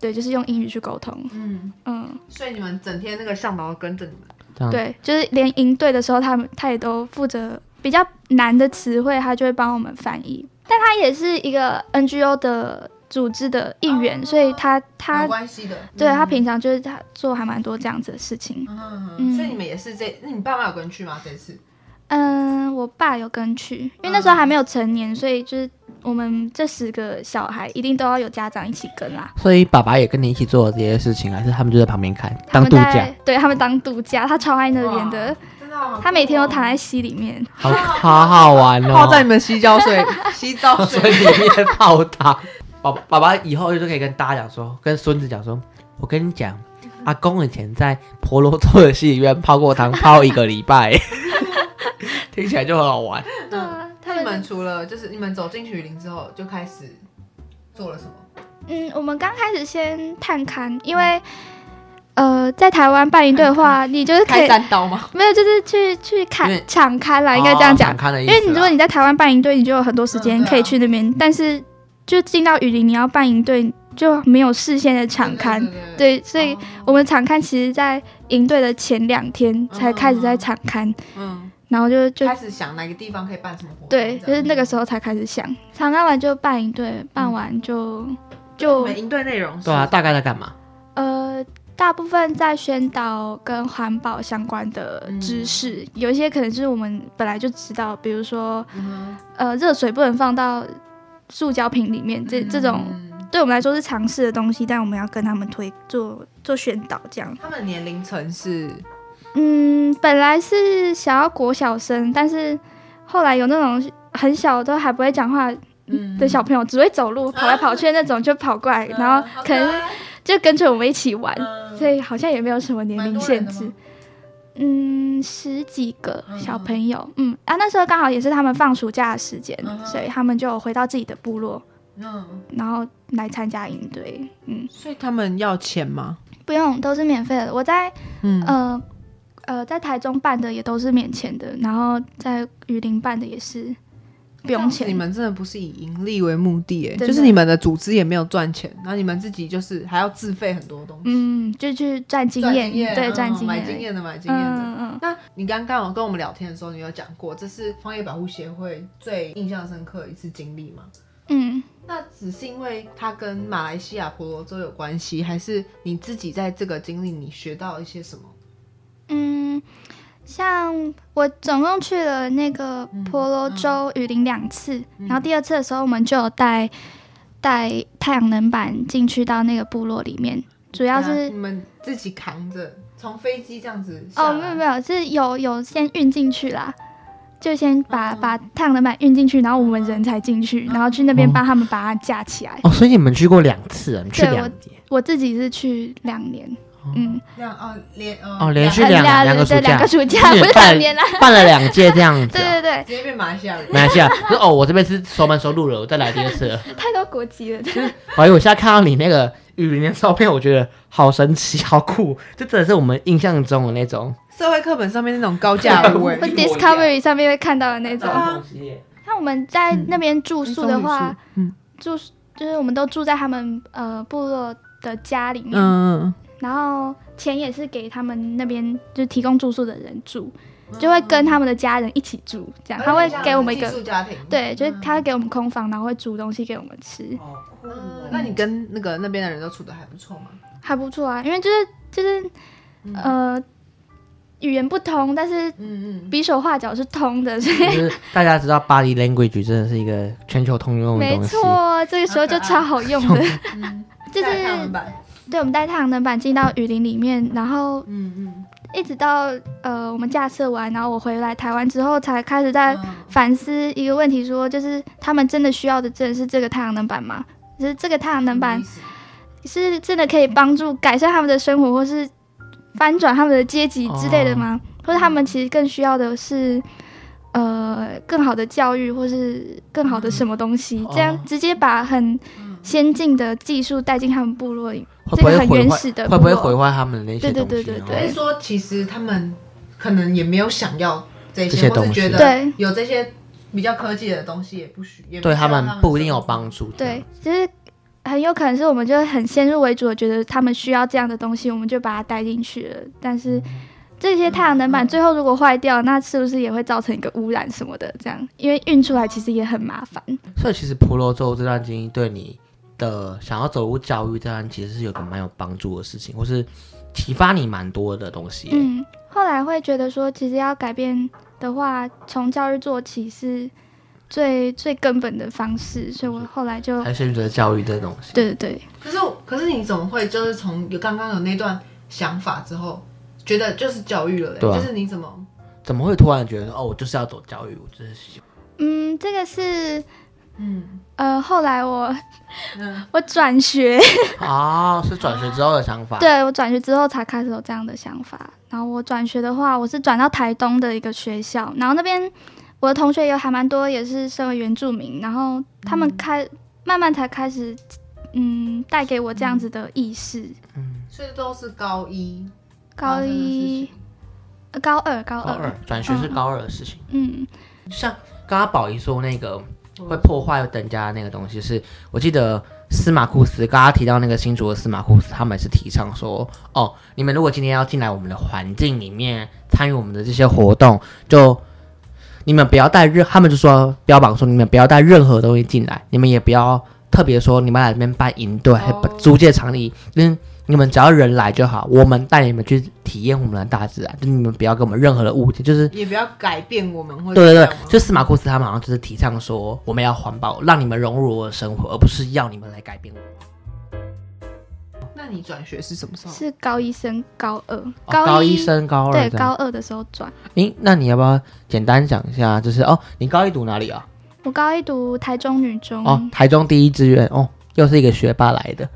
[SPEAKER 3] 对，就是用英语去沟通。
[SPEAKER 1] 嗯，
[SPEAKER 3] 嗯，
[SPEAKER 1] 所以你们整天那个向导跟着你们，
[SPEAKER 2] 这样
[SPEAKER 3] 对，就是连营队的时候，他们他也都负责比较难的词汇，他就会帮我们翻译。但他也是一个 NGO 的组织的一员，所以他他
[SPEAKER 1] 有关系的。
[SPEAKER 3] 对他
[SPEAKER 1] 哦嗯
[SPEAKER 3] 平常就是他做还蛮多这样子的事情。
[SPEAKER 1] 嗯，
[SPEAKER 3] 嗯
[SPEAKER 1] 所以你们也是这，那你爸妈有跟去吗？这次
[SPEAKER 3] 嗯，我爸有跟去，因为那时
[SPEAKER 1] 嗯
[SPEAKER 3] 候还没有成年，所以就是我们这十个小孩一定都要有家长一起跟啦。
[SPEAKER 2] 所以爸爸也跟你一起做了这些事情，还是他们就在旁边看
[SPEAKER 3] 他
[SPEAKER 2] 当
[SPEAKER 3] 们
[SPEAKER 2] 度
[SPEAKER 3] 在
[SPEAKER 2] 假？
[SPEAKER 3] 对他们当度假，他超爱那边的，
[SPEAKER 1] 真的好酷哦，
[SPEAKER 3] 他每天都躺在溪里面。
[SPEAKER 2] 好好好玩哦！
[SPEAKER 1] 泡在你们洗脚 水、洗澡
[SPEAKER 2] 所以
[SPEAKER 1] 水。
[SPEAKER 2] 里面泡汤。 爸爸爸爸以后就可以跟大家讲说，跟孙子讲说，我跟你讲，阿公以前在婆罗洲的戏里面泡过汤，泡一个礼拜， 听起来就很好 玩。
[SPEAKER 3] 对啊，他
[SPEAKER 1] 那你们
[SPEAKER 3] 们
[SPEAKER 1] 除了就是你们走进雨林之后就开始做了什么？
[SPEAKER 3] 嗯，我们刚开始先探勘，因为呃，在台湾办营队的话，你就是可
[SPEAKER 1] 开
[SPEAKER 3] 以
[SPEAKER 1] 三刀吗？
[SPEAKER 3] 没有，就是去去
[SPEAKER 2] 因
[SPEAKER 3] 看
[SPEAKER 2] 为哦
[SPEAKER 3] 敞开啦，应该这样讲。
[SPEAKER 2] 看的意
[SPEAKER 3] 因
[SPEAKER 2] 思啦啊
[SPEAKER 3] 为你如果你在台湾办营队，你就有很多时
[SPEAKER 1] 嗯
[SPEAKER 3] 间
[SPEAKER 1] 对啊
[SPEAKER 3] 可以去那边，但是就进到雨林，你要办营队就没有事先的场刊，
[SPEAKER 1] 对，哦
[SPEAKER 3] 对，所以我们场刊其实，在营队的前两天才开始在场刊，
[SPEAKER 1] 嗯，
[SPEAKER 3] 然后就就
[SPEAKER 1] 开始想哪个地方可以办什么活动，
[SPEAKER 3] 对，就
[SPEAKER 1] 这样
[SPEAKER 3] 是那个时候才开始想，场刊完就办营队，办完就嗯就
[SPEAKER 1] 你们营队内容是
[SPEAKER 2] 对啊，大概在干 嘛？
[SPEAKER 3] 呃，大部分在宣导跟环保相关的知识，有一些可能是我们本来就知道，比如说，
[SPEAKER 1] 嗯哼
[SPEAKER 3] 呃，热水不能放到塑胶瓶里面，这这种
[SPEAKER 1] 嗯
[SPEAKER 3] 对我们来说是常识的东西，但我们要跟他们推做做宣导这样。
[SPEAKER 1] 他们的年龄层是
[SPEAKER 3] 嗯，本来是想要国小生，但是后来有那种很小都还不会讲话
[SPEAKER 1] 嗯
[SPEAKER 3] 的小朋友，只会走路跑来跑去的那种，就跑过来，
[SPEAKER 1] 嗯
[SPEAKER 3] 然后可能就跟着我们一起玩。所以好像也没有什么年龄限制。嗯，十几个小朋友，嗯啊，那时候刚好也是他们放暑假的时间，
[SPEAKER 1] 嗯哼
[SPEAKER 3] 所以他们就回到自己的部落，
[SPEAKER 1] 嗯，
[SPEAKER 3] 然后来参加营队。嗯，
[SPEAKER 1] 所以他们要钱吗？
[SPEAKER 3] 不用，都是免费的。我在
[SPEAKER 1] 嗯
[SPEAKER 3] 呃呃在台中办的也都是免钱的，然后在雨林办的也是。不用
[SPEAKER 1] 你
[SPEAKER 3] 钱。
[SPEAKER 1] 们真的不是以盈利为目的，哎，
[SPEAKER 3] 真的
[SPEAKER 1] 就是你们的组织也没有赚钱，然后你们自己就是还要自费很多东西，
[SPEAKER 3] 嗯，就去赚经
[SPEAKER 1] 赚
[SPEAKER 3] 验，对，
[SPEAKER 1] 嗯
[SPEAKER 3] 赚经
[SPEAKER 1] 买
[SPEAKER 3] 验而
[SPEAKER 1] 经
[SPEAKER 3] 已。
[SPEAKER 1] 验的买经验的。
[SPEAKER 3] 嗯嗯，
[SPEAKER 1] 那你刚刚有跟我们聊天的时候，你有讲过这是创业保护协会最印象深刻的一次经历吗？
[SPEAKER 3] 嗯，
[SPEAKER 1] 那只是因为它跟马来西亚婆罗洲有关系，还是你自己在这个经历你学到一些什么？
[SPEAKER 3] 嗯，像我总共去了那个
[SPEAKER 1] 嗯
[SPEAKER 3] 婆罗洲雨林两次，然后第二次的时候我们就有带带太阳能板进去到那个部落里面，主要
[SPEAKER 1] 对啊
[SPEAKER 3] 是
[SPEAKER 1] 你。们自己扛着从飞机这样子下
[SPEAKER 3] 哦，
[SPEAKER 1] 来
[SPEAKER 3] 没有没有，是有有先运进去啦，就先
[SPEAKER 1] 哦
[SPEAKER 3] 把、把太阳能板运进去，然后我们人才进去，然后去那边帮他们把它架起来。
[SPEAKER 2] 哦，所以你们去过两次啊，你去
[SPEAKER 3] 对
[SPEAKER 2] 两
[SPEAKER 3] 我
[SPEAKER 2] 年
[SPEAKER 3] 我自己是去两年，嗯，
[SPEAKER 1] 这样哦，连
[SPEAKER 2] 哦，连续
[SPEAKER 3] 呃
[SPEAKER 2] 两
[SPEAKER 3] 两
[SPEAKER 2] 两个暑
[SPEAKER 3] 对两
[SPEAKER 2] 假
[SPEAKER 3] 个，暑假，不是
[SPEAKER 2] 办
[SPEAKER 3] 两年啦。
[SPEAKER 2] 办了两届这样子
[SPEAKER 3] 对
[SPEAKER 2] 啊。
[SPEAKER 3] 对对，
[SPEAKER 1] 直接变马来西亚人。
[SPEAKER 2] 马来西亚，就是哦，我这边是熟门熟路了，我再来第二次了。
[SPEAKER 3] 太多国籍了，对
[SPEAKER 2] 哎呦，我现在看到你那个雨林的照片，我觉得好神奇，好酷，这真的是我们印象中的那种
[SPEAKER 1] 社会课本上面那种高价屋、
[SPEAKER 3] 或
[SPEAKER 1] 欸，
[SPEAKER 2] 一模一样
[SPEAKER 3] Discovery 上面会看到的那种。
[SPEAKER 2] 嗯
[SPEAKER 1] 啊
[SPEAKER 2] 西。
[SPEAKER 3] 像我们在
[SPEAKER 1] 嗯
[SPEAKER 3] 那边住宿的话，
[SPEAKER 1] 嗯
[SPEAKER 3] 住宿就是我们都住在他们呃部落的家里面，
[SPEAKER 1] 嗯，
[SPEAKER 3] 然后钱也是给他们那边就提供住宿的人住，
[SPEAKER 2] 嗯
[SPEAKER 3] 就会跟他们的家人一起住，
[SPEAKER 1] 嗯
[SPEAKER 3] 这样他会给我们一
[SPEAKER 1] 寄宿
[SPEAKER 3] 个。
[SPEAKER 1] 家庭，
[SPEAKER 3] 对，就是他会给我们空房，然后会煮东西给我们吃，
[SPEAKER 1] 嗯。那你跟那个那边的人都处的还不错吗？
[SPEAKER 3] 还不错啊。因为就是就是，
[SPEAKER 2] 嗯
[SPEAKER 3] 呃，语言不通，但是
[SPEAKER 1] 嗯嗯，
[SPEAKER 3] 比手画脚是通的，所以
[SPEAKER 2] 就是大家知道 body language 真的是一个全球通用的
[SPEAKER 3] 没
[SPEAKER 2] 东西。
[SPEAKER 3] 错，这个时候就超好用 的，就是
[SPEAKER 1] 带他们吧
[SPEAKER 3] 对我们带太阳能板进到雨林里面，然后
[SPEAKER 1] 嗯嗯，
[SPEAKER 3] 一直到呃我们架设完，然后我回来台湾之后，才开始在
[SPEAKER 1] 嗯
[SPEAKER 3] 反思一个问题说就是他们真的需要的真的是这个太阳能板吗？就是这个太阳能板
[SPEAKER 1] 意思
[SPEAKER 3] 是真的可以帮助改善他们的生活，或是翻转他们的阶级之类的吗？
[SPEAKER 2] 哦
[SPEAKER 3] 或者他们其实更需要的是，呃，更好的教育，或是更好的什么东西？
[SPEAKER 2] 哦
[SPEAKER 3] 这样直接把很先进的技术带进他们部落里，
[SPEAKER 2] 会不会
[SPEAKER 3] 这个很
[SPEAKER 2] 毁
[SPEAKER 3] 原
[SPEAKER 2] 坏？
[SPEAKER 3] 始的
[SPEAKER 2] 会不会
[SPEAKER 3] 部落
[SPEAKER 2] 毁坏他们的那些
[SPEAKER 3] 对对
[SPEAKER 2] 东西？
[SPEAKER 3] 对对
[SPEAKER 1] 还
[SPEAKER 3] 对
[SPEAKER 1] 是说其实他们可能也没有想要这
[SPEAKER 2] 这些
[SPEAKER 1] 些，或是
[SPEAKER 2] 东西
[SPEAKER 1] 觉得
[SPEAKER 3] 对
[SPEAKER 1] 有这些比较科技的东西也不许，也
[SPEAKER 2] 对
[SPEAKER 1] 需要
[SPEAKER 2] 他们不一定有
[SPEAKER 1] 生活
[SPEAKER 2] 帮助。
[SPEAKER 3] 对，就是很有可能是我们就是很先入为主的觉得他们需要这样的东西，我们就把它带进去了，但是。这些太阳能板最后如果坏掉，那是不是也会造成一个污染什么的？这样，因为运出来其实也很麻烦。
[SPEAKER 2] 所以其实婆罗洲这段经历对你的想要走入教育这段，其实是有个蛮有帮助的事情，或是启发你蛮多的东西耶。
[SPEAKER 3] 嗯，后来会觉得说，其实要改变的话，从教育做起是最最根本的方式，所以我后来就
[SPEAKER 2] 还选择教育这东西。
[SPEAKER 3] 对对对，
[SPEAKER 1] 可是我，可是你怎么会就是从有刚刚有那段想法之后，觉得就是教育了嘞？
[SPEAKER 2] 对啊
[SPEAKER 1] 就是你怎么
[SPEAKER 2] 怎么会突然觉得哦，我就是要走教育，我就是喜欢
[SPEAKER 3] 嗯，这个是
[SPEAKER 1] 嗯
[SPEAKER 3] 呃，后来我
[SPEAKER 1] 嗯
[SPEAKER 3] 我转学，
[SPEAKER 2] 哦，是转学之后的想法。，
[SPEAKER 3] 对我转学之后才开始有这样的想法。然后我转学的话，我是转到台东的一个学校，然后那边我的同学有还蛮多，也是身为原住民，然后他
[SPEAKER 2] 嗯
[SPEAKER 3] 们开、慢慢才开始，嗯，带给我这样子的意识。
[SPEAKER 1] 所以都是高一
[SPEAKER 3] 高一、呃高二、高
[SPEAKER 2] 高
[SPEAKER 3] 二，
[SPEAKER 2] 二转学是高二的事情。
[SPEAKER 3] 嗯，
[SPEAKER 2] 像刚刚宝仪说那个会破坏人家的那个东西是，我记得司马库斯刚刚提到那个新竹的司马库斯，他们也是提倡说，哦，你们如果今天要进来我们的环境里面参与我们的这些活动，就你们不要带任，他们就说标榜说你们不要带任何东西进来，你们也不要特别说你们来这边办营队、还
[SPEAKER 1] 哦
[SPEAKER 2] 租借场地，嗯。你们只要人来就好，我们带你们去体验我们的大自然，就你们不要给我们任何的误解，就是
[SPEAKER 1] 也不要改变我们，或者
[SPEAKER 2] 对
[SPEAKER 1] 怎
[SPEAKER 2] 对对
[SPEAKER 1] 样，吗
[SPEAKER 2] 就司马库斯他们好像就是提倡说，我们要环保，让你们融入我的生活，而不是要你们来改变我。
[SPEAKER 1] 那你转学是什么时候？
[SPEAKER 3] 是高一升高二，
[SPEAKER 2] 哦高
[SPEAKER 3] 一、
[SPEAKER 2] 升高二
[SPEAKER 3] 对
[SPEAKER 2] 这
[SPEAKER 3] 高
[SPEAKER 2] 样。
[SPEAKER 3] 二的时候转。
[SPEAKER 2] 诶，那你要不要简单讲一下？就是哦，你高一读哪里啊？
[SPEAKER 3] 我高一读台中女中，
[SPEAKER 2] 哦，台中第一志愿哦，又是一个学霸来的。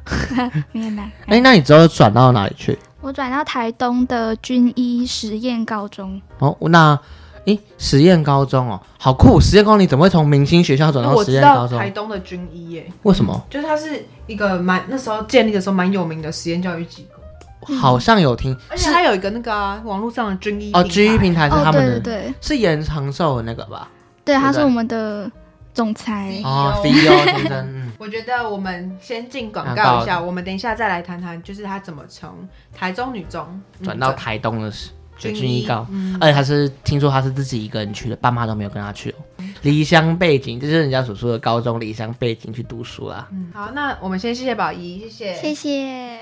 [SPEAKER 3] 没有啦
[SPEAKER 2] 诶，那你之后转到哪里去？
[SPEAKER 3] 我转到台东的军医实验高中，
[SPEAKER 2] 哦，那诶，实验高中哦，好酷！实验高中你怎么会从明星学校转
[SPEAKER 1] 因为
[SPEAKER 2] 到
[SPEAKER 1] 我
[SPEAKER 2] 实
[SPEAKER 1] 知
[SPEAKER 2] 验
[SPEAKER 1] 道
[SPEAKER 2] 高
[SPEAKER 1] 台
[SPEAKER 2] 中？
[SPEAKER 1] 东的军医耶，
[SPEAKER 2] 为什么？
[SPEAKER 1] 就是它是一个蛮那时候建立的时候蛮有名的实验教育机构，
[SPEAKER 2] 好像有听
[SPEAKER 1] 而且
[SPEAKER 2] 是
[SPEAKER 1] 它有一个那个啊网络上的军医
[SPEAKER 2] 哦
[SPEAKER 1] 平台
[SPEAKER 2] ，G 平台是
[SPEAKER 3] 哦，
[SPEAKER 2] 他
[SPEAKER 3] 对
[SPEAKER 2] 们
[SPEAKER 3] 对
[SPEAKER 2] 的，
[SPEAKER 3] 对，
[SPEAKER 2] 是延长寿的那个吧？
[SPEAKER 3] 对，它是
[SPEAKER 2] 对
[SPEAKER 3] 我们的总裁。
[SPEAKER 2] 哦，CEO 先生，嗯，
[SPEAKER 1] 我觉得我们先进广
[SPEAKER 2] 广
[SPEAKER 1] 告
[SPEAKER 2] 告
[SPEAKER 1] 一下，我们等一下再来谈谈，就是他怎么从台中女中嗯
[SPEAKER 2] 转到台东的是
[SPEAKER 1] 军
[SPEAKER 2] 军
[SPEAKER 1] 医
[SPEAKER 2] 医高，
[SPEAKER 1] 嗯
[SPEAKER 2] 而且他是听说他是自己一个人去的，爸妈都没有跟他去哦。离乡背景，这就是人家所说的高中离乡背景去读书啦。
[SPEAKER 1] 嗯好，那我们先谢谢宝仪，谢谢，
[SPEAKER 3] 谢谢。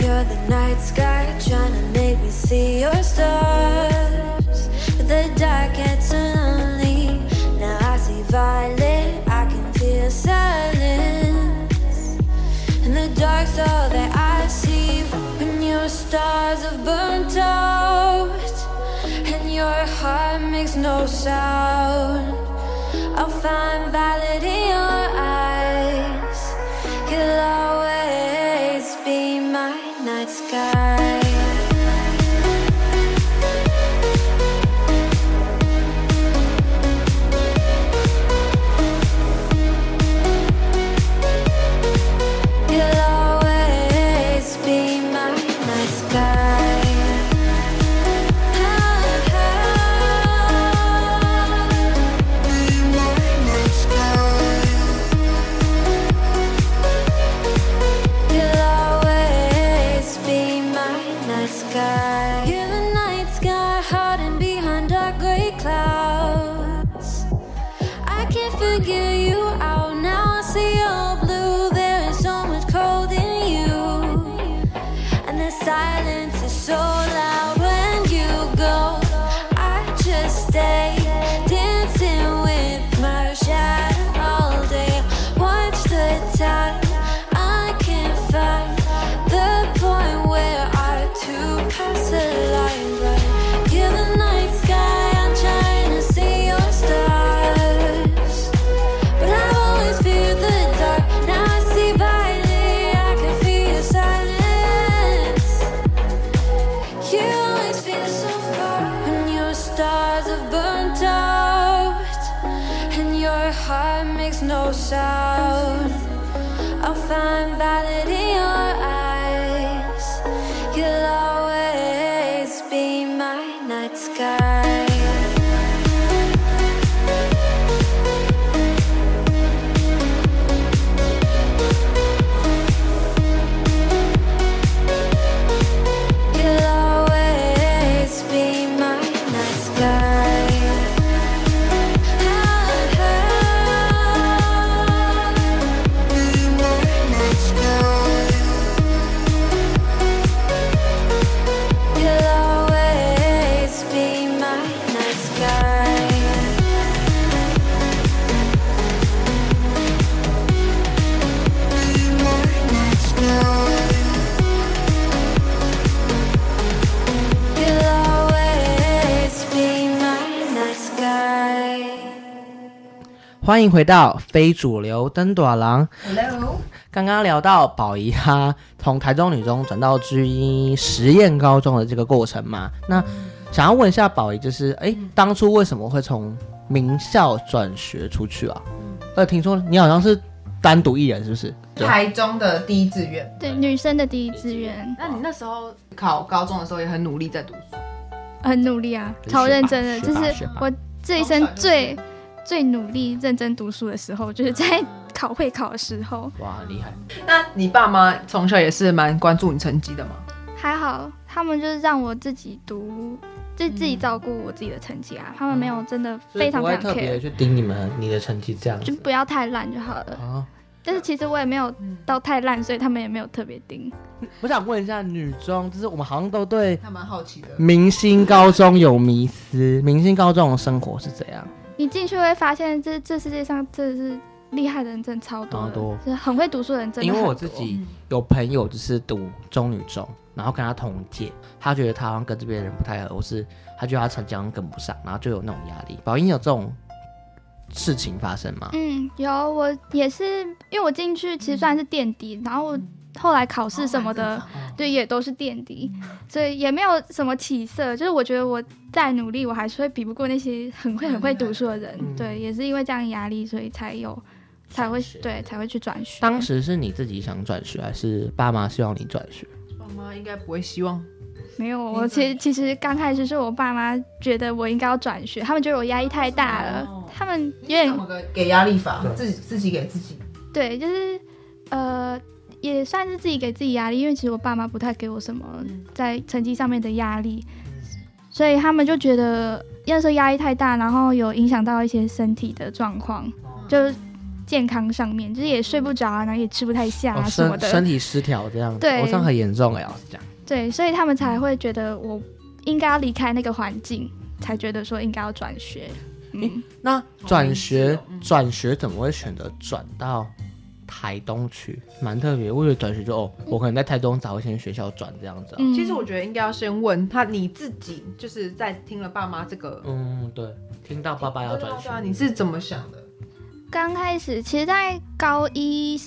[SPEAKER 6] You're the night sky trying to make me see your stars. But the dark can't turn on me. Now I see violet, I can feel silence. And the dark's all that I see when your stars have burnt out. And your heart makes no sound. I'll find violet in your eyes. You'll always be my night sky. You'll always be my night sky. Be my night sky. You'll always be my night sky. You're the night sky hiding behind dark gray clouds. I can't figure you out now. I see all blue. There is so much cold in you. And the silence is so loud when you go. I just stay dancing with my shadow all day. Watch the tide. I can't find the point where our two pass the line. But you're the night sky. I'm trying to see your stars. But I've always feared the dark. Now I see violet. I can feel your silence. You always feel so far when your stars have burnt out, and your heart makes no sound. I'll find violet in your eyes. You'll always be my night sky. You'll always be my night sky. Be my night sky. You'll always be my night sky. Be my night sky. You'll always be my night sky.
[SPEAKER 2] 欢迎回到非主流登短廊。
[SPEAKER 1] Hello，
[SPEAKER 2] 刚刚聊到宝仪她从台中女中转到居一实验高中的这个过程嘛，那想要问一下宝仪，就是哎，诶当初为什么会从名校转学出去啊？呃，听说你好像是单独一人，是不是？
[SPEAKER 1] 台中的第一志愿。
[SPEAKER 3] 对，女生的第一志愿，
[SPEAKER 1] 那你那时候考高中的时候也很努力在读书，
[SPEAKER 3] 很努力啊，
[SPEAKER 2] 就是
[SPEAKER 3] 超
[SPEAKER 2] 学
[SPEAKER 3] 认
[SPEAKER 2] 霸
[SPEAKER 3] 真的，
[SPEAKER 2] 学
[SPEAKER 3] 这
[SPEAKER 2] 霸
[SPEAKER 3] 是
[SPEAKER 2] 学霸
[SPEAKER 3] 我这一
[SPEAKER 1] 从小
[SPEAKER 3] 生
[SPEAKER 1] 就是
[SPEAKER 3] 最最努力、认真读书的时候，就是在考会考的时候。
[SPEAKER 2] 哇，很厉害！
[SPEAKER 1] 那你爸妈从小也是蛮关注你成绩的吗？
[SPEAKER 3] 还好，他们就是让我自己读，就自己照顾我自己的成绩啊。他们没有真的非常
[SPEAKER 2] 不
[SPEAKER 3] 非
[SPEAKER 2] 会
[SPEAKER 3] 常
[SPEAKER 2] 特别
[SPEAKER 3] care，
[SPEAKER 2] 去盯你们你的成绩这样
[SPEAKER 3] 就
[SPEAKER 2] 子
[SPEAKER 3] 不要太烂就好了。
[SPEAKER 2] 啊？
[SPEAKER 3] 但是其实我也没有到太烂，所以他们也没有特别盯。
[SPEAKER 2] 我想问一下，女中就是我们好像都对
[SPEAKER 1] 还蛮好奇的。
[SPEAKER 2] 明星高中有迷思，明星高中的生活是怎样？
[SPEAKER 3] 你进去会发现这，这世界上真的是厉害的人真的超多
[SPEAKER 2] 超
[SPEAKER 3] 的，
[SPEAKER 2] 多
[SPEAKER 3] 就是很会读书的人真的
[SPEAKER 2] 因
[SPEAKER 3] 很
[SPEAKER 2] 为我
[SPEAKER 3] 多。嗯
[SPEAKER 2] 自己有朋友就是读中女中，然后跟他同届，他觉得他好像跟这边人不太合，或是他觉得他成绩好像跟不上，然后就有那种压力。宝英有这种事情发生吗？
[SPEAKER 3] 嗯嗯，有我也是，因为我进去其实算是垫底，然后我后来考试什么
[SPEAKER 2] 哦
[SPEAKER 3] 的，对，也都是垫底，所以也没有什么起色。就是我觉得我再努力，我还是会比不过那些很会很会读书的人。
[SPEAKER 2] 嗯
[SPEAKER 3] 对，也是因为这样压力，所以才有才会对才会去转学。
[SPEAKER 2] 当时是你自己想转学，还是爸妈希望你转学？
[SPEAKER 1] 爸妈应该不会希望
[SPEAKER 3] 没有，
[SPEAKER 1] 明白
[SPEAKER 3] 我其实其实刚开始是我爸妈觉得我应该要转学，他们觉得我压力太大了，
[SPEAKER 1] 哦
[SPEAKER 3] 他们有点
[SPEAKER 1] 怎么个给压力法，自己自己给自己。
[SPEAKER 3] 对，就是呃，也算是自己给自己压力，因为其实我爸妈不太给我什么
[SPEAKER 1] 嗯
[SPEAKER 3] 在成绩上面的压力，所以他们就觉得那时候压力太大，然后有影响到一些身体的状况，
[SPEAKER 1] 哦
[SPEAKER 3] 就是健康上面，就是也睡不着啊，然后也吃不太下
[SPEAKER 2] 哦
[SPEAKER 3] 啊什么
[SPEAKER 2] 身身
[SPEAKER 3] 的，
[SPEAKER 2] 体失调这样子，
[SPEAKER 3] 对
[SPEAKER 2] 我、这样很严重哎、老实讲。
[SPEAKER 3] 对，所以他们才会觉得我应该要离开那个环境，才觉得说应该要转学。嗯，
[SPEAKER 2] 那
[SPEAKER 1] 好
[SPEAKER 2] 转
[SPEAKER 1] 明
[SPEAKER 2] 学
[SPEAKER 1] 智哦嗯
[SPEAKER 2] 转学怎么会选择转到台东去？蛮特别，我以为转学就哦，我可能在台东找一间学校转这样子啊、
[SPEAKER 3] 嗯
[SPEAKER 1] 其实我觉得应该要先问他，你自己就是在听了爸妈这个，
[SPEAKER 2] 嗯，对，听到爸爸要转学
[SPEAKER 1] 对啊，你是怎么想的？
[SPEAKER 3] 刚开始，其实，在高一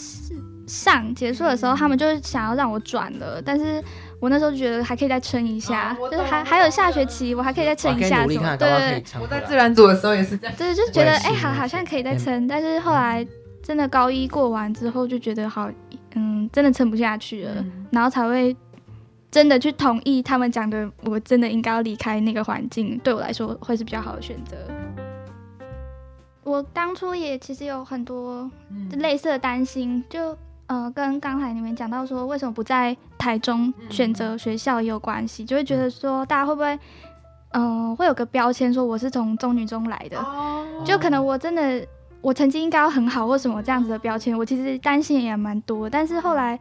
[SPEAKER 3] 上结束的时候，他们就想要让我转了，但是我那时候就觉得还可以再撑一下，
[SPEAKER 1] 啊我
[SPEAKER 3] 就
[SPEAKER 1] 懂
[SPEAKER 3] 是还
[SPEAKER 1] 我懂
[SPEAKER 3] 还有下学期，我还可以再
[SPEAKER 2] 我
[SPEAKER 3] 撑
[SPEAKER 2] 还
[SPEAKER 3] 一
[SPEAKER 2] 可以
[SPEAKER 3] 下
[SPEAKER 2] 努
[SPEAKER 3] 什
[SPEAKER 2] 力看，
[SPEAKER 3] 么，
[SPEAKER 2] 搞
[SPEAKER 3] 对
[SPEAKER 2] 不好可以
[SPEAKER 3] 对
[SPEAKER 2] 撑
[SPEAKER 1] 我
[SPEAKER 2] 回
[SPEAKER 1] 在自
[SPEAKER 2] 来。
[SPEAKER 1] 然组的时候也是这样，
[SPEAKER 3] 对，就是觉得
[SPEAKER 2] 我也是
[SPEAKER 3] 哎，好好像可以再撑，但是
[SPEAKER 2] 嗯
[SPEAKER 3] 后来真的高一过完之后，就觉得好，嗯，真的撑不下去了，然后才会。真的去同意他们讲的，我真的应该要离开那个环境，对我来说会是比较好的选择。我当初也其实有很多
[SPEAKER 1] 嗯
[SPEAKER 3] 类似的担心，就呃跟刚才你们讲到说为什么不在台中选择学校也有关系，就会觉得说大家会不会嗯、呃会有个标签说我是从中女中来的，
[SPEAKER 1] 哦
[SPEAKER 3] 就可能我真的我成绩应该要很好或什么这样子的标签，我其实担心也蛮多，但是后来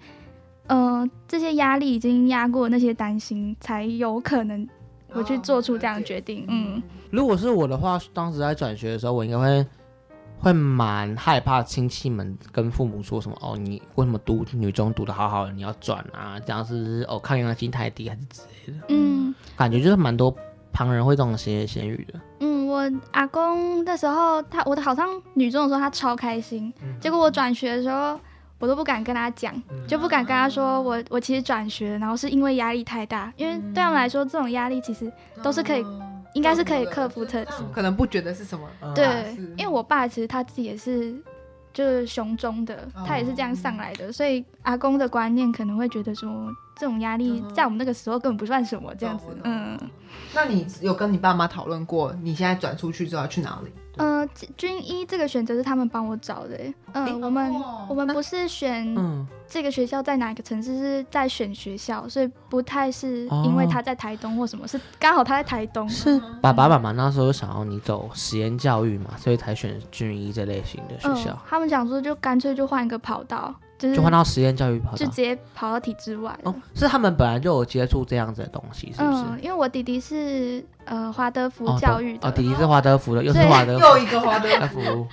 [SPEAKER 3] 呃这些压力已经压过那些担心，才有可能我去做出这
[SPEAKER 2] 哦
[SPEAKER 3] 样的决定，嗯。
[SPEAKER 2] 如果是我的话，当时在转学的时候，我应该会会蛮害怕亲戚们跟父母说什么哦，你为什么读女中读的好好的，你要转啊？这样是不是哦抗压性太低，还是之类的？
[SPEAKER 3] 嗯
[SPEAKER 2] 感觉就是蛮多旁人会这种闲言闲语的。
[SPEAKER 3] 嗯，我阿公那时候他我好像女中的时候他超开心，结果我转学的时候我都不敢跟他讲，就不敢跟他说我我其实转学，然后是因为压力太大，因为对他们来说这种压力其实都是可以，应该是可以克服的。
[SPEAKER 1] 他们哦可能不觉得是什么
[SPEAKER 2] 嗯
[SPEAKER 1] 大事，
[SPEAKER 3] 对，因为我爸其实他自己也是就是雄中的，
[SPEAKER 1] 哦
[SPEAKER 3] 他也是这样上来的，所以阿公的观念可能会觉得说这种压力在我们那个时候根本不算什么这样子
[SPEAKER 1] 嗯懂我，懂
[SPEAKER 3] 嗯。
[SPEAKER 1] 那你有跟你爸妈讨论过，你现在转出去之后要去哪里？
[SPEAKER 3] 呃，军军医这个选择是他们帮我找的欸。嗯、
[SPEAKER 1] 诶
[SPEAKER 3] 我们、
[SPEAKER 1] 哦
[SPEAKER 3] 我们不是选
[SPEAKER 2] 嗯，
[SPEAKER 3] 这个学校在哪个城市，是在选学校，所以不太是因为
[SPEAKER 2] 哦
[SPEAKER 3] 他在台东或什么，是刚好他在台东。
[SPEAKER 2] 是爸爸妈妈那时候想要你走实验教育嘛，所以才选军医这类型的学
[SPEAKER 3] 嗯、
[SPEAKER 2] 校，
[SPEAKER 3] 他们讲说就干脆就换一个跑道，就是
[SPEAKER 2] 就换到实验教育跑
[SPEAKER 3] 就
[SPEAKER 2] 道
[SPEAKER 3] 直。接跑到体制外了。
[SPEAKER 2] 哦，是他们本来就有接触这样子的东西，是不是？
[SPEAKER 3] 嗯，因为我弟弟是呃华德福
[SPEAKER 2] 哦懂
[SPEAKER 3] 教育的，
[SPEAKER 2] 哦，弟弟是华德福的，又是
[SPEAKER 3] 对
[SPEAKER 2] 华德
[SPEAKER 1] 又
[SPEAKER 2] 福
[SPEAKER 1] 一个 华德
[SPEAKER 2] 华德福。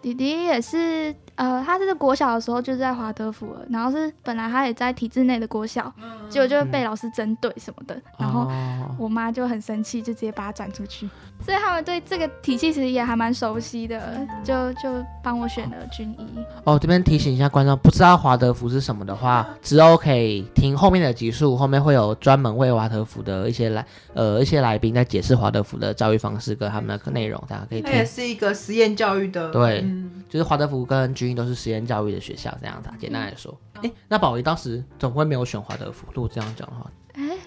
[SPEAKER 3] 弟弟也是，呃，他是国小的时候就是在华德福了，然后是本来他也在体制内的国小，结果就被老师针对什么的，然后
[SPEAKER 2] 嗯哦
[SPEAKER 3] 我妈就很生气，就直接把他转出去。所以他们对这个体系其实也还蛮熟悉的，就就帮我选了军医。
[SPEAKER 2] 哦，这边提醒一下观众，不知道华德福是什么的话，之后可以听后面的集数，后面会有专门为华德福的一些来呃一些来宾在解释华德福的教育方式跟他们的内容，大家可以
[SPEAKER 1] 它
[SPEAKER 2] 听。
[SPEAKER 1] 也是一个实验教育的，
[SPEAKER 2] 对
[SPEAKER 1] 嗯
[SPEAKER 2] 就是华德福跟军医都是实验教育的学校，这样子、啊。简单来说，哎、那宝仪当时怎么会没有选华德福？如果这样讲的话，
[SPEAKER 3] 哎，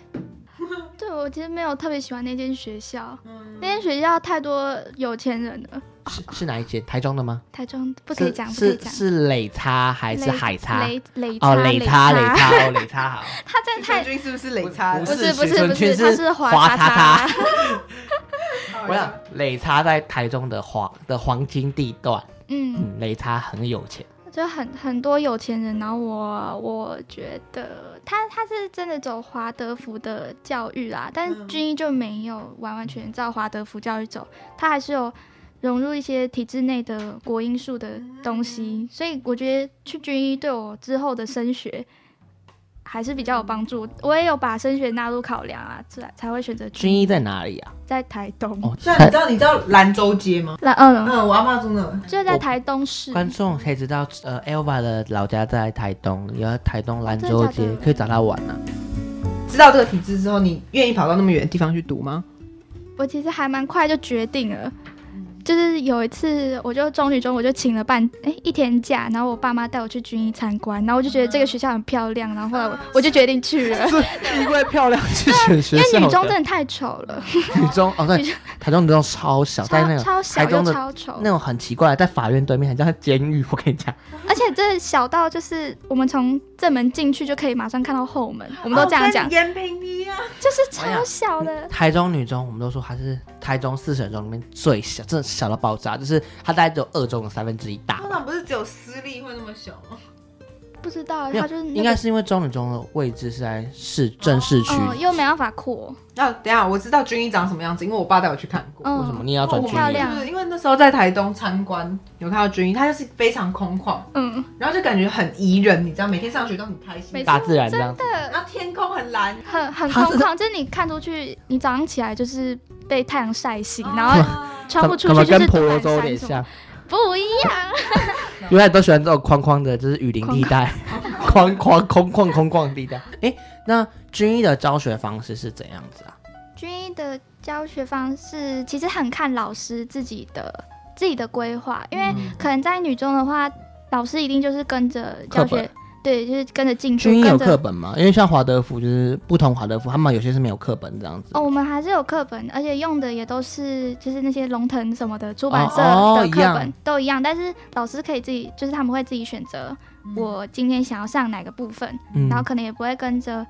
[SPEAKER 3] 对我其实没有特别喜欢那间学校，那间学校太多有钱人了，
[SPEAKER 2] 是是哪一间？台中的吗？
[SPEAKER 3] 台中不
[SPEAKER 2] 不
[SPEAKER 3] 可以讲，不可以
[SPEAKER 2] 是
[SPEAKER 3] 讲。
[SPEAKER 2] 是磊差还是
[SPEAKER 3] 雷
[SPEAKER 2] 海差？
[SPEAKER 3] 雷雷
[SPEAKER 2] 哦，
[SPEAKER 3] 雷
[SPEAKER 2] 磊差，磊，差，哦，磊差 好。
[SPEAKER 3] 他真的太
[SPEAKER 1] 太君是不是累差了？
[SPEAKER 3] 不
[SPEAKER 2] 是
[SPEAKER 3] 是不
[SPEAKER 2] 徐
[SPEAKER 3] 是
[SPEAKER 2] 存
[SPEAKER 3] 不
[SPEAKER 2] 君
[SPEAKER 3] 是，他是
[SPEAKER 2] 华
[SPEAKER 3] 华
[SPEAKER 2] 叉
[SPEAKER 3] 叉 叉。
[SPEAKER 2] 我想磊差在台中的黄的黄金地段，
[SPEAKER 3] 嗯，
[SPEAKER 2] 嗯，磊差很有钱。
[SPEAKER 3] 就很很多有钱人。然后我我觉得他他是真的走华德福的教育啦，但是军医就没有完完全全照华德福教育走，他还是有融入一些体制内的国英嗯数的东西。所以我觉得去军医对我之后的升学。还是比较有帮助。我也有把升学纳入考量啊，才才会选择
[SPEAKER 2] 军医在哪里啊？
[SPEAKER 3] 在台东。
[SPEAKER 2] 哦，啊
[SPEAKER 1] 那你知道你知道兰州街吗？
[SPEAKER 3] 那嗯，
[SPEAKER 1] 嗯，我阿妈住那。
[SPEAKER 3] 就在台东市。
[SPEAKER 2] 观众可以知道，呃，Elva 的老家在台东，也在台东兰
[SPEAKER 3] 哦真
[SPEAKER 2] 州
[SPEAKER 3] 的假
[SPEAKER 2] 街
[SPEAKER 3] 的，
[SPEAKER 2] 可以找他玩啊。
[SPEAKER 1] 知道这个体制之后，你愿意跑到那么远的地方去读吗？
[SPEAKER 3] 我其实还蛮快就决定了，就是有一次我就中女中我就请了半哎一天假，然后我爸妈带我去军医参观，然后我就觉得这个学校很漂亮，然后后来我啊我就决定去了，
[SPEAKER 2] 因为漂亮去选学
[SPEAKER 3] 啊因为
[SPEAKER 2] 校
[SPEAKER 3] 女
[SPEAKER 2] 的，
[SPEAKER 3] 中真的太丑了，
[SPEAKER 2] 女中哦对，台中女中超小，在那
[SPEAKER 3] 超
[SPEAKER 2] 个
[SPEAKER 3] 超
[SPEAKER 2] 台
[SPEAKER 3] 小
[SPEAKER 2] 中
[SPEAKER 3] 又
[SPEAKER 2] 的
[SPEAKER 3] 超丑
[SPEAKER 2] 那，种很奇怪，在法院对面，很像 监狱。我跟你讲，
[SPEAKER 3] 而且真的小到就是我们从正门进去就可以马上看到后门，我们
[SPEAKER 2] 哦
[SPEAKER 3] 都这样讲，
[SPEAKER 1] 哦延平一样。
[SPEAKER 3] 就是
[SPEAKER 2] 哎
[SPEAKER 3] 超小的。
[SPEAKER 2] 台中女中我们都说它是台中四省中里面最小，真的小到爆炸，就是它大概只有二中的三分之一大
[SPEAKER 1] 通。常不是只有私立会那么小吗？
[SPEAKER 3] 不知道，
[SPEAKER 2] 没有
[SPEAKER 3] 它就是、那个、
[SPEAKER 2] 应该是因为中女中的位置是在市正市区，
[SPEAKER 3] 哦，又没办法扩，
[SPEAKER 1] 那等一下我知道军医长什么样子，因为我爸带我去看过。
[SPEAKER 3] 嗯，
[SPEAKER 2] 为什么你也要转
[SPEAKER 1] 我
[SPEAKER 2] 军
[SPEAKER 3] 漂
[SPEAKER 2] 医？
[SPEAKER 3] 亮
[SPEAKER 1] 就是因为那时候在台东参观，有看到军医，他就是非常空旷，
[SPEAKER 3] 嗯，
[SPEAKER 1] 然后就感觉很宜人，你知道，每天上学都很开
[SPEAKER 3] 没
[SPEAKER 1] 心，
[SPEAKER 2] 大自然这样子。
[SPEAKER 3] 对，
[SPEAKER 1] 然后天空很蓝，
[SPEAKER 3] 很很
[SPEAKER 2] 它
[SPEAKER 3] 空
[SPEAKER 2] 是
[SPEAKER 3] 旷，就是你看出去，你早上起来就是被太阳晒醒，
[SPEAKER 1] 哦
[SPEAKER 3] 然后
[SPEAKER 1] 后
[SPEAKER 3] 窗户出
[SPEAKER 2] 怎么
[SPEAKER 3] 去就
[SPEAKER 2] 跟
[SPEAKER 3] 是
[SPEAKER 2] 婆罗
[SPEAKER 3] 罗
[SPEAKER 2] 洲有点像？
[SPEAKER 3] 不一样，
[SPEAKER 2] 原来都喜欢这种框框的，就是雨林地带，框 框空旷空旷地带。哎、那军医的教学方式是怎样子啊？
[SPEAKER 3] 军医的教学方式其实很看老师自己的自己的规划，因
[SPEAKER 2] 嗯
[SPEAKER 3] 为可能在女中的话，老师一定就是跟着教
[SPEAKER 2] 课
[SPEAKER 3] 学
[SPEAKER 2] 本，
[SPEAKER 3] 对，就是跟着进度，
[SPEAKER 2] 军医有
[SPEAKER 3] 跟
[SPEAKER 2] 课
[SPEAKER 3] 着。
[SPEAKER 2] 本吗？因为像华德福就是不同华德福，他们有些是没有课本这样子。
[SPEAKER 3] 哦，我们还是有课本，而且用的也都是就是那些龙腾什么的出版社
[SPEAKER 2] 哦哦
[SPEAKER 3] 的课
[SPEAKER 2] 一样
[SPEAKER 3] 本、都一样，但是老师可以自己，就是他们会自己选择我今天想要上哪个部分，
[SPEAKER 2] 嗯
[SPEAKER 3] 然后可能也不会跟着，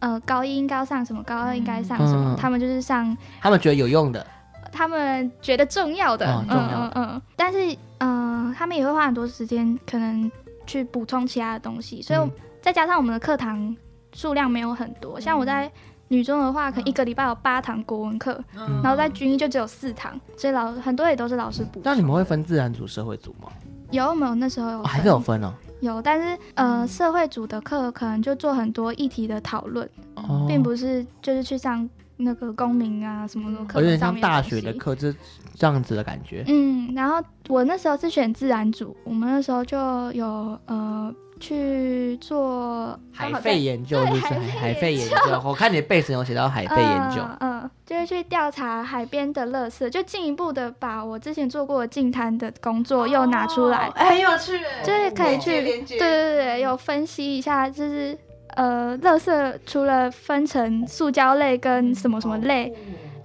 [SPEAKER 3] 呃，高一应该要上什么，高二应该上什么，
[SPEAKER 2] 嗯
[SPEAKER 3] 他们就是上
[SPEAKER 2] 他们觉得有用的，
[SPEAKER 3] 他们觉得重要的，
[SPEAKER 2] 哦重要的
[SPEAKER 3] 嗯嗯嗯。但是，嗯、他们也会花很多时间，可能去补充其他的东西，所以、
[SPEAKER 2] 嗯
[SPEAKER 3] 再加上我们的课堂数量没有很多，像
[SPEAKER 2] 嗯
[SPEAKER 3] 我在。女中的话，可能一个礼拜有八堂国文课，
[SPEAKER 1] 哦
[SPEAKER 3] 然后在军医就只有四堂，所以老很多也都是老师补。
[SPEAKER 2] 嗯那你们会分自然组、社会组吗？
[SPEAKER 3] 有没有那时候有、
[SPEAKER 2] 哦、还是有分哦。
[SPEAKER 3] 有，但是呃，社会组的课可能就做很多议题的讨论，
[SPEAKER 2] 哦，
[SPEAKER 3] 并不是就是去上那个公民啊什么什么
[SPEAKER 2] 嗯
[SPEAKER 3] 课
[SPEAKER 2] 有点
[SPEAKER 3] 本上
[SPEAKER 2] 像
[SPEAKER 3] 面
[SPEAKER 2] 大
[SPEAKER 3] 东
[SPEAKER 2] 学的
[SPEAKER 3] 西。
[SPEAKER 2] 课，就是这样子的感觉。
[SPEAKER 3] 嗯，然后我那时候是选自然组，我们那时候就有呃去做
[SPEAKER 2] 海肺研究就是海
[SPEAKER 3] 对
[SPEAKER 2] 海
[SPEAKER 3] 海
[SPEAKER 2] 肺
[SPEAKER 3] 肺
[SPEAKER 2] 研
[SPEAKER 3] 研
[SPEAKER 2] 究，我看你的背景有写到海肺研究，
[SPEAKER 3] 嗯、嗯就是去调查海边的垃圾，就进一步的把我之前做过的净滩的工作又拿出来，
[SPEAKER 2] 哦
[SPEAKER 1] 哎很有趣，
[SPEAKER 3] 就是可以去
[SPEAKER 1] 连接
[SPEAKER 3] 对对对，
[SPEAKER 2] 嗯
[SPEAKER 3] 有分析一下，就是呃，垃圾除了分成塑胶类跟什么
[SPEAKER 2] 哦
[SPEAKER 3] 什么
[SPEAKER 1] 哦
[SPEAKER 3] 类，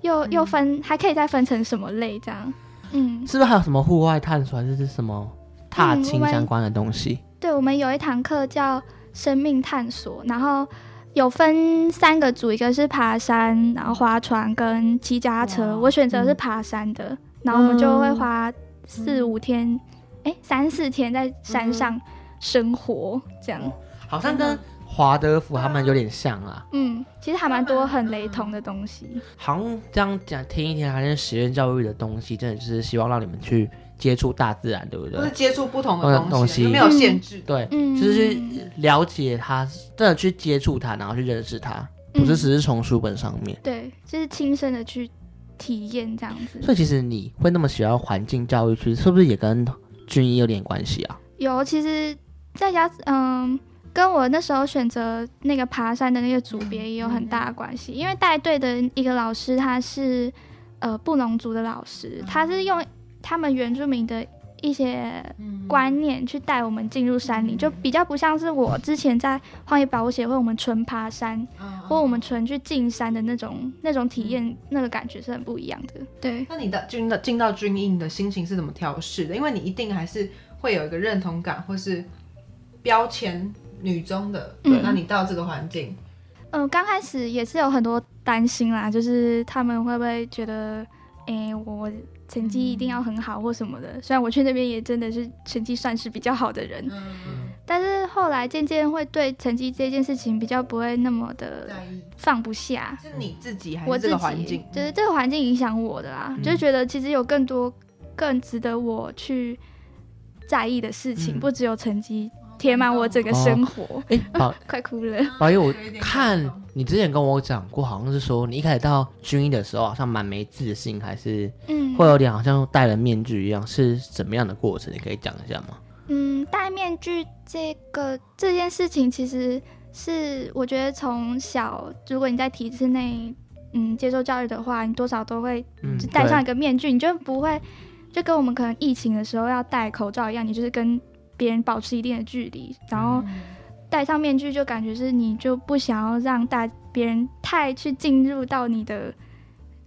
[SPEAKER 3] 又
[SPEAKER 2] 嗯
[SPEAKER 3] 又分还可以再分成什么类这样。嗯，
[SPEAKER 2] 是不是还有什么户外探索，还是什么踏
[SPEAKER 3] 嗯
[SPEAKER 2] 青
[SPEAKER 3] 我们
[SPEAKER 2] 相关的东西？
[SPEAKER 3] 对，我们有一堂课叫生命探索，然后有分三个组，一个是爬山，然后划船跟骑脚踏车。我选择
[SPEAKER 2] 嗯
[SPEAKER 3] 是爬山的，然后我们就会花四
[SPEAKER 2] 嗯
[SPEAKER 3] 五天，哎、三四天在山上生活这
[SPEAKER 2] 哦
[SPEAKER 3] 样。
[SPEAKER 2] 好像跟华德福他们有点像啦。
[SPEAKER 3] 嗯，其实还蛮多很雷同的东西。
[SPEAKER 2] 好像这样讲，听一听还是实验教育的东西，真的就是希望让你们去接触大自然，对不
[SPEAKER 1] 或是
[SPEAKER 2] 对？
[SPEAKER 1] 接触不同
[SPEAKER 2] 那
[SPEAKER 1] 的
[SPEAKER 2] 种
[SPEAKER 1] 东
[SPEAKER 2] 东西
[SPEAKER 1] 西，就没有限制。
[SPEAKER 2] 对，
[SPEAKER 3] 嗯
[SPEAKER 2] 就是去了解它，真的去接触它，然后去认识它，不是
[SPEAKER 3] 嗯
[SPEAKER 2] 只是从书本上面。
[SPEAKER 3] 对，就是亲身的去体验这样
[SPEAKER 2] 所
[SPEAKER 3] 子。
[SPEAKER 2] 以其实你会那么喜欢环境教育区，是不是也跟军医有点关系啊？
[SPEAKER 3] 有，其实在家，嗯，跟我那时候选择那个爬山的那个组别也有很大的关系，因为带队的一个老师他是呃布农族的老师，他是用他们原住民的一些
[SPEAKER 1] 嗯
[SPEAKER 3] 观念去带我们进入山里，就比较不像是我之前在荒野保护协会我们纯爬山
[SPEAKER 1] 嗯
[SPEAKER 3] 或我们纯去进山的那种那种体验，那个感觉是很不一样的。对，
[SPEAKER 1] 那你的进到进到军营你的心情是怎么调试的？因为你一定还是会有一个认同感，或是标签女中的。
[SPEAKER 3] 嗯
[SPEAKER 1] 那你到这个环境，
[SPEAKER 3] 嗯、刚开始也是有很多担心啦，就是他们会不会觉得，诶，我成绩一定要很好或什么的。虽然我去那边也真的是成绩算是比较好的人，
[SPEAKER 1] 嗯，
[SPEAKER 3] 但是后来渐渐会对成绩这件事情比较不会那么的
[SPEAKER 1] 在意
[SPEAKER 3] 放不下。
[SPEAKER 1] 是你自己还
[SPEAKER 3] 我
[SPEAKER 1] 是这
[SPEAKER 3] 自己
[SPEAKER 1] 个环境？嗯
[SPEAKER 3] 就是这个环境影响我的啦，就是觉得其实有更多更值得我去在意的事情，
[SPEAKER 2] 嗯
[SPEAKER 3] 不只有成绩填满我整个
[SPEAKER 1] 哦
[SPEAKER 3] 生活，
[SPEAKER 2] 哎、 宝
[SPEAKER 3] 快哭了。
[SPEAKER 2] 宝 爷，我
[SPEAKER 1] 有一点感
[SPEAKER 2] 哎看
[SPEAKER 1] 动
[SPEAKER 2] 你之前跟我讲过，好像是说你一开始到军医的时候好像蛮没自信，还是
[SPEAKER 3] 嗯，
[SPEAKER 2] 会有点好像戴了面具一样，是怎么样的过程？你可以讲一下吗？
[SPEAKER 3] 嗯，戴面具这个这件事情，其实是我觉得从小，如果你在体制内，嗯，接受教育的话，你多少都会
[SPEAKER 2] 嗯
[SPEAKER 3] 就戴上一个面具，你就不会就跟我们可能疫情的时候要戴口罩一样，你就是跟别人保持一定的距离，然后戴上面具就感觉是你就不想要让大别人太去进入到你的。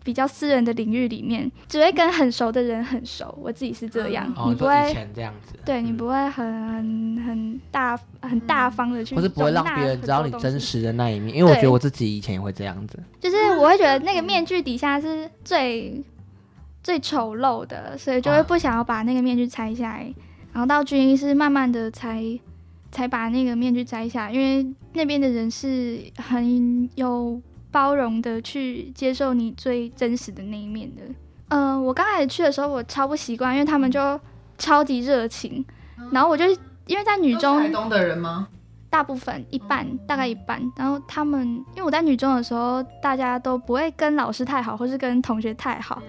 [SPEAKER 3] 比较私人的领域里面，只会跟很熟的人很熟。我自己是这样，
[SPEAKER 2] 哦，
[SPEAKER 3] 你不
[SPEAKER 2] 说
[SPEAKER 3] 会
[SPEAKER 2] 以前这样子，
[SPEAKER 3] 对你
[SPEAKER 2] 嗯
[SPEAKER 3] 不会很很很大很大方的去，
[SPEAKER 2] 或是不会让别人知道你真。实的那一面，因为我觉得我自己以前也会这样子。
[SPEAKER 3] 就是我会觉得那个面具底下是最最丑陋的，所以就会
[SPEAKER 2] 啊
[SPEAKER 3] 不想要把那个面具拆下来。然后到军医是慢慢的才才把那个面具摘下来，因为那边的人是很有包容的去接受你最真实的那一面的。嗯、我刚开始去的时候我超不习惯，因为他们就超级热情，然后我就因为在女中
[SPEAKER 1] 嗯台东的人吗？
[SPEAKER 3] 大部分一半，
[SPEAKER 2] 哦
[SPEAKER 3] 大概一半。然后他们，因为我在女中的时候，大家都不会跟老师太好，或是跟同学太好。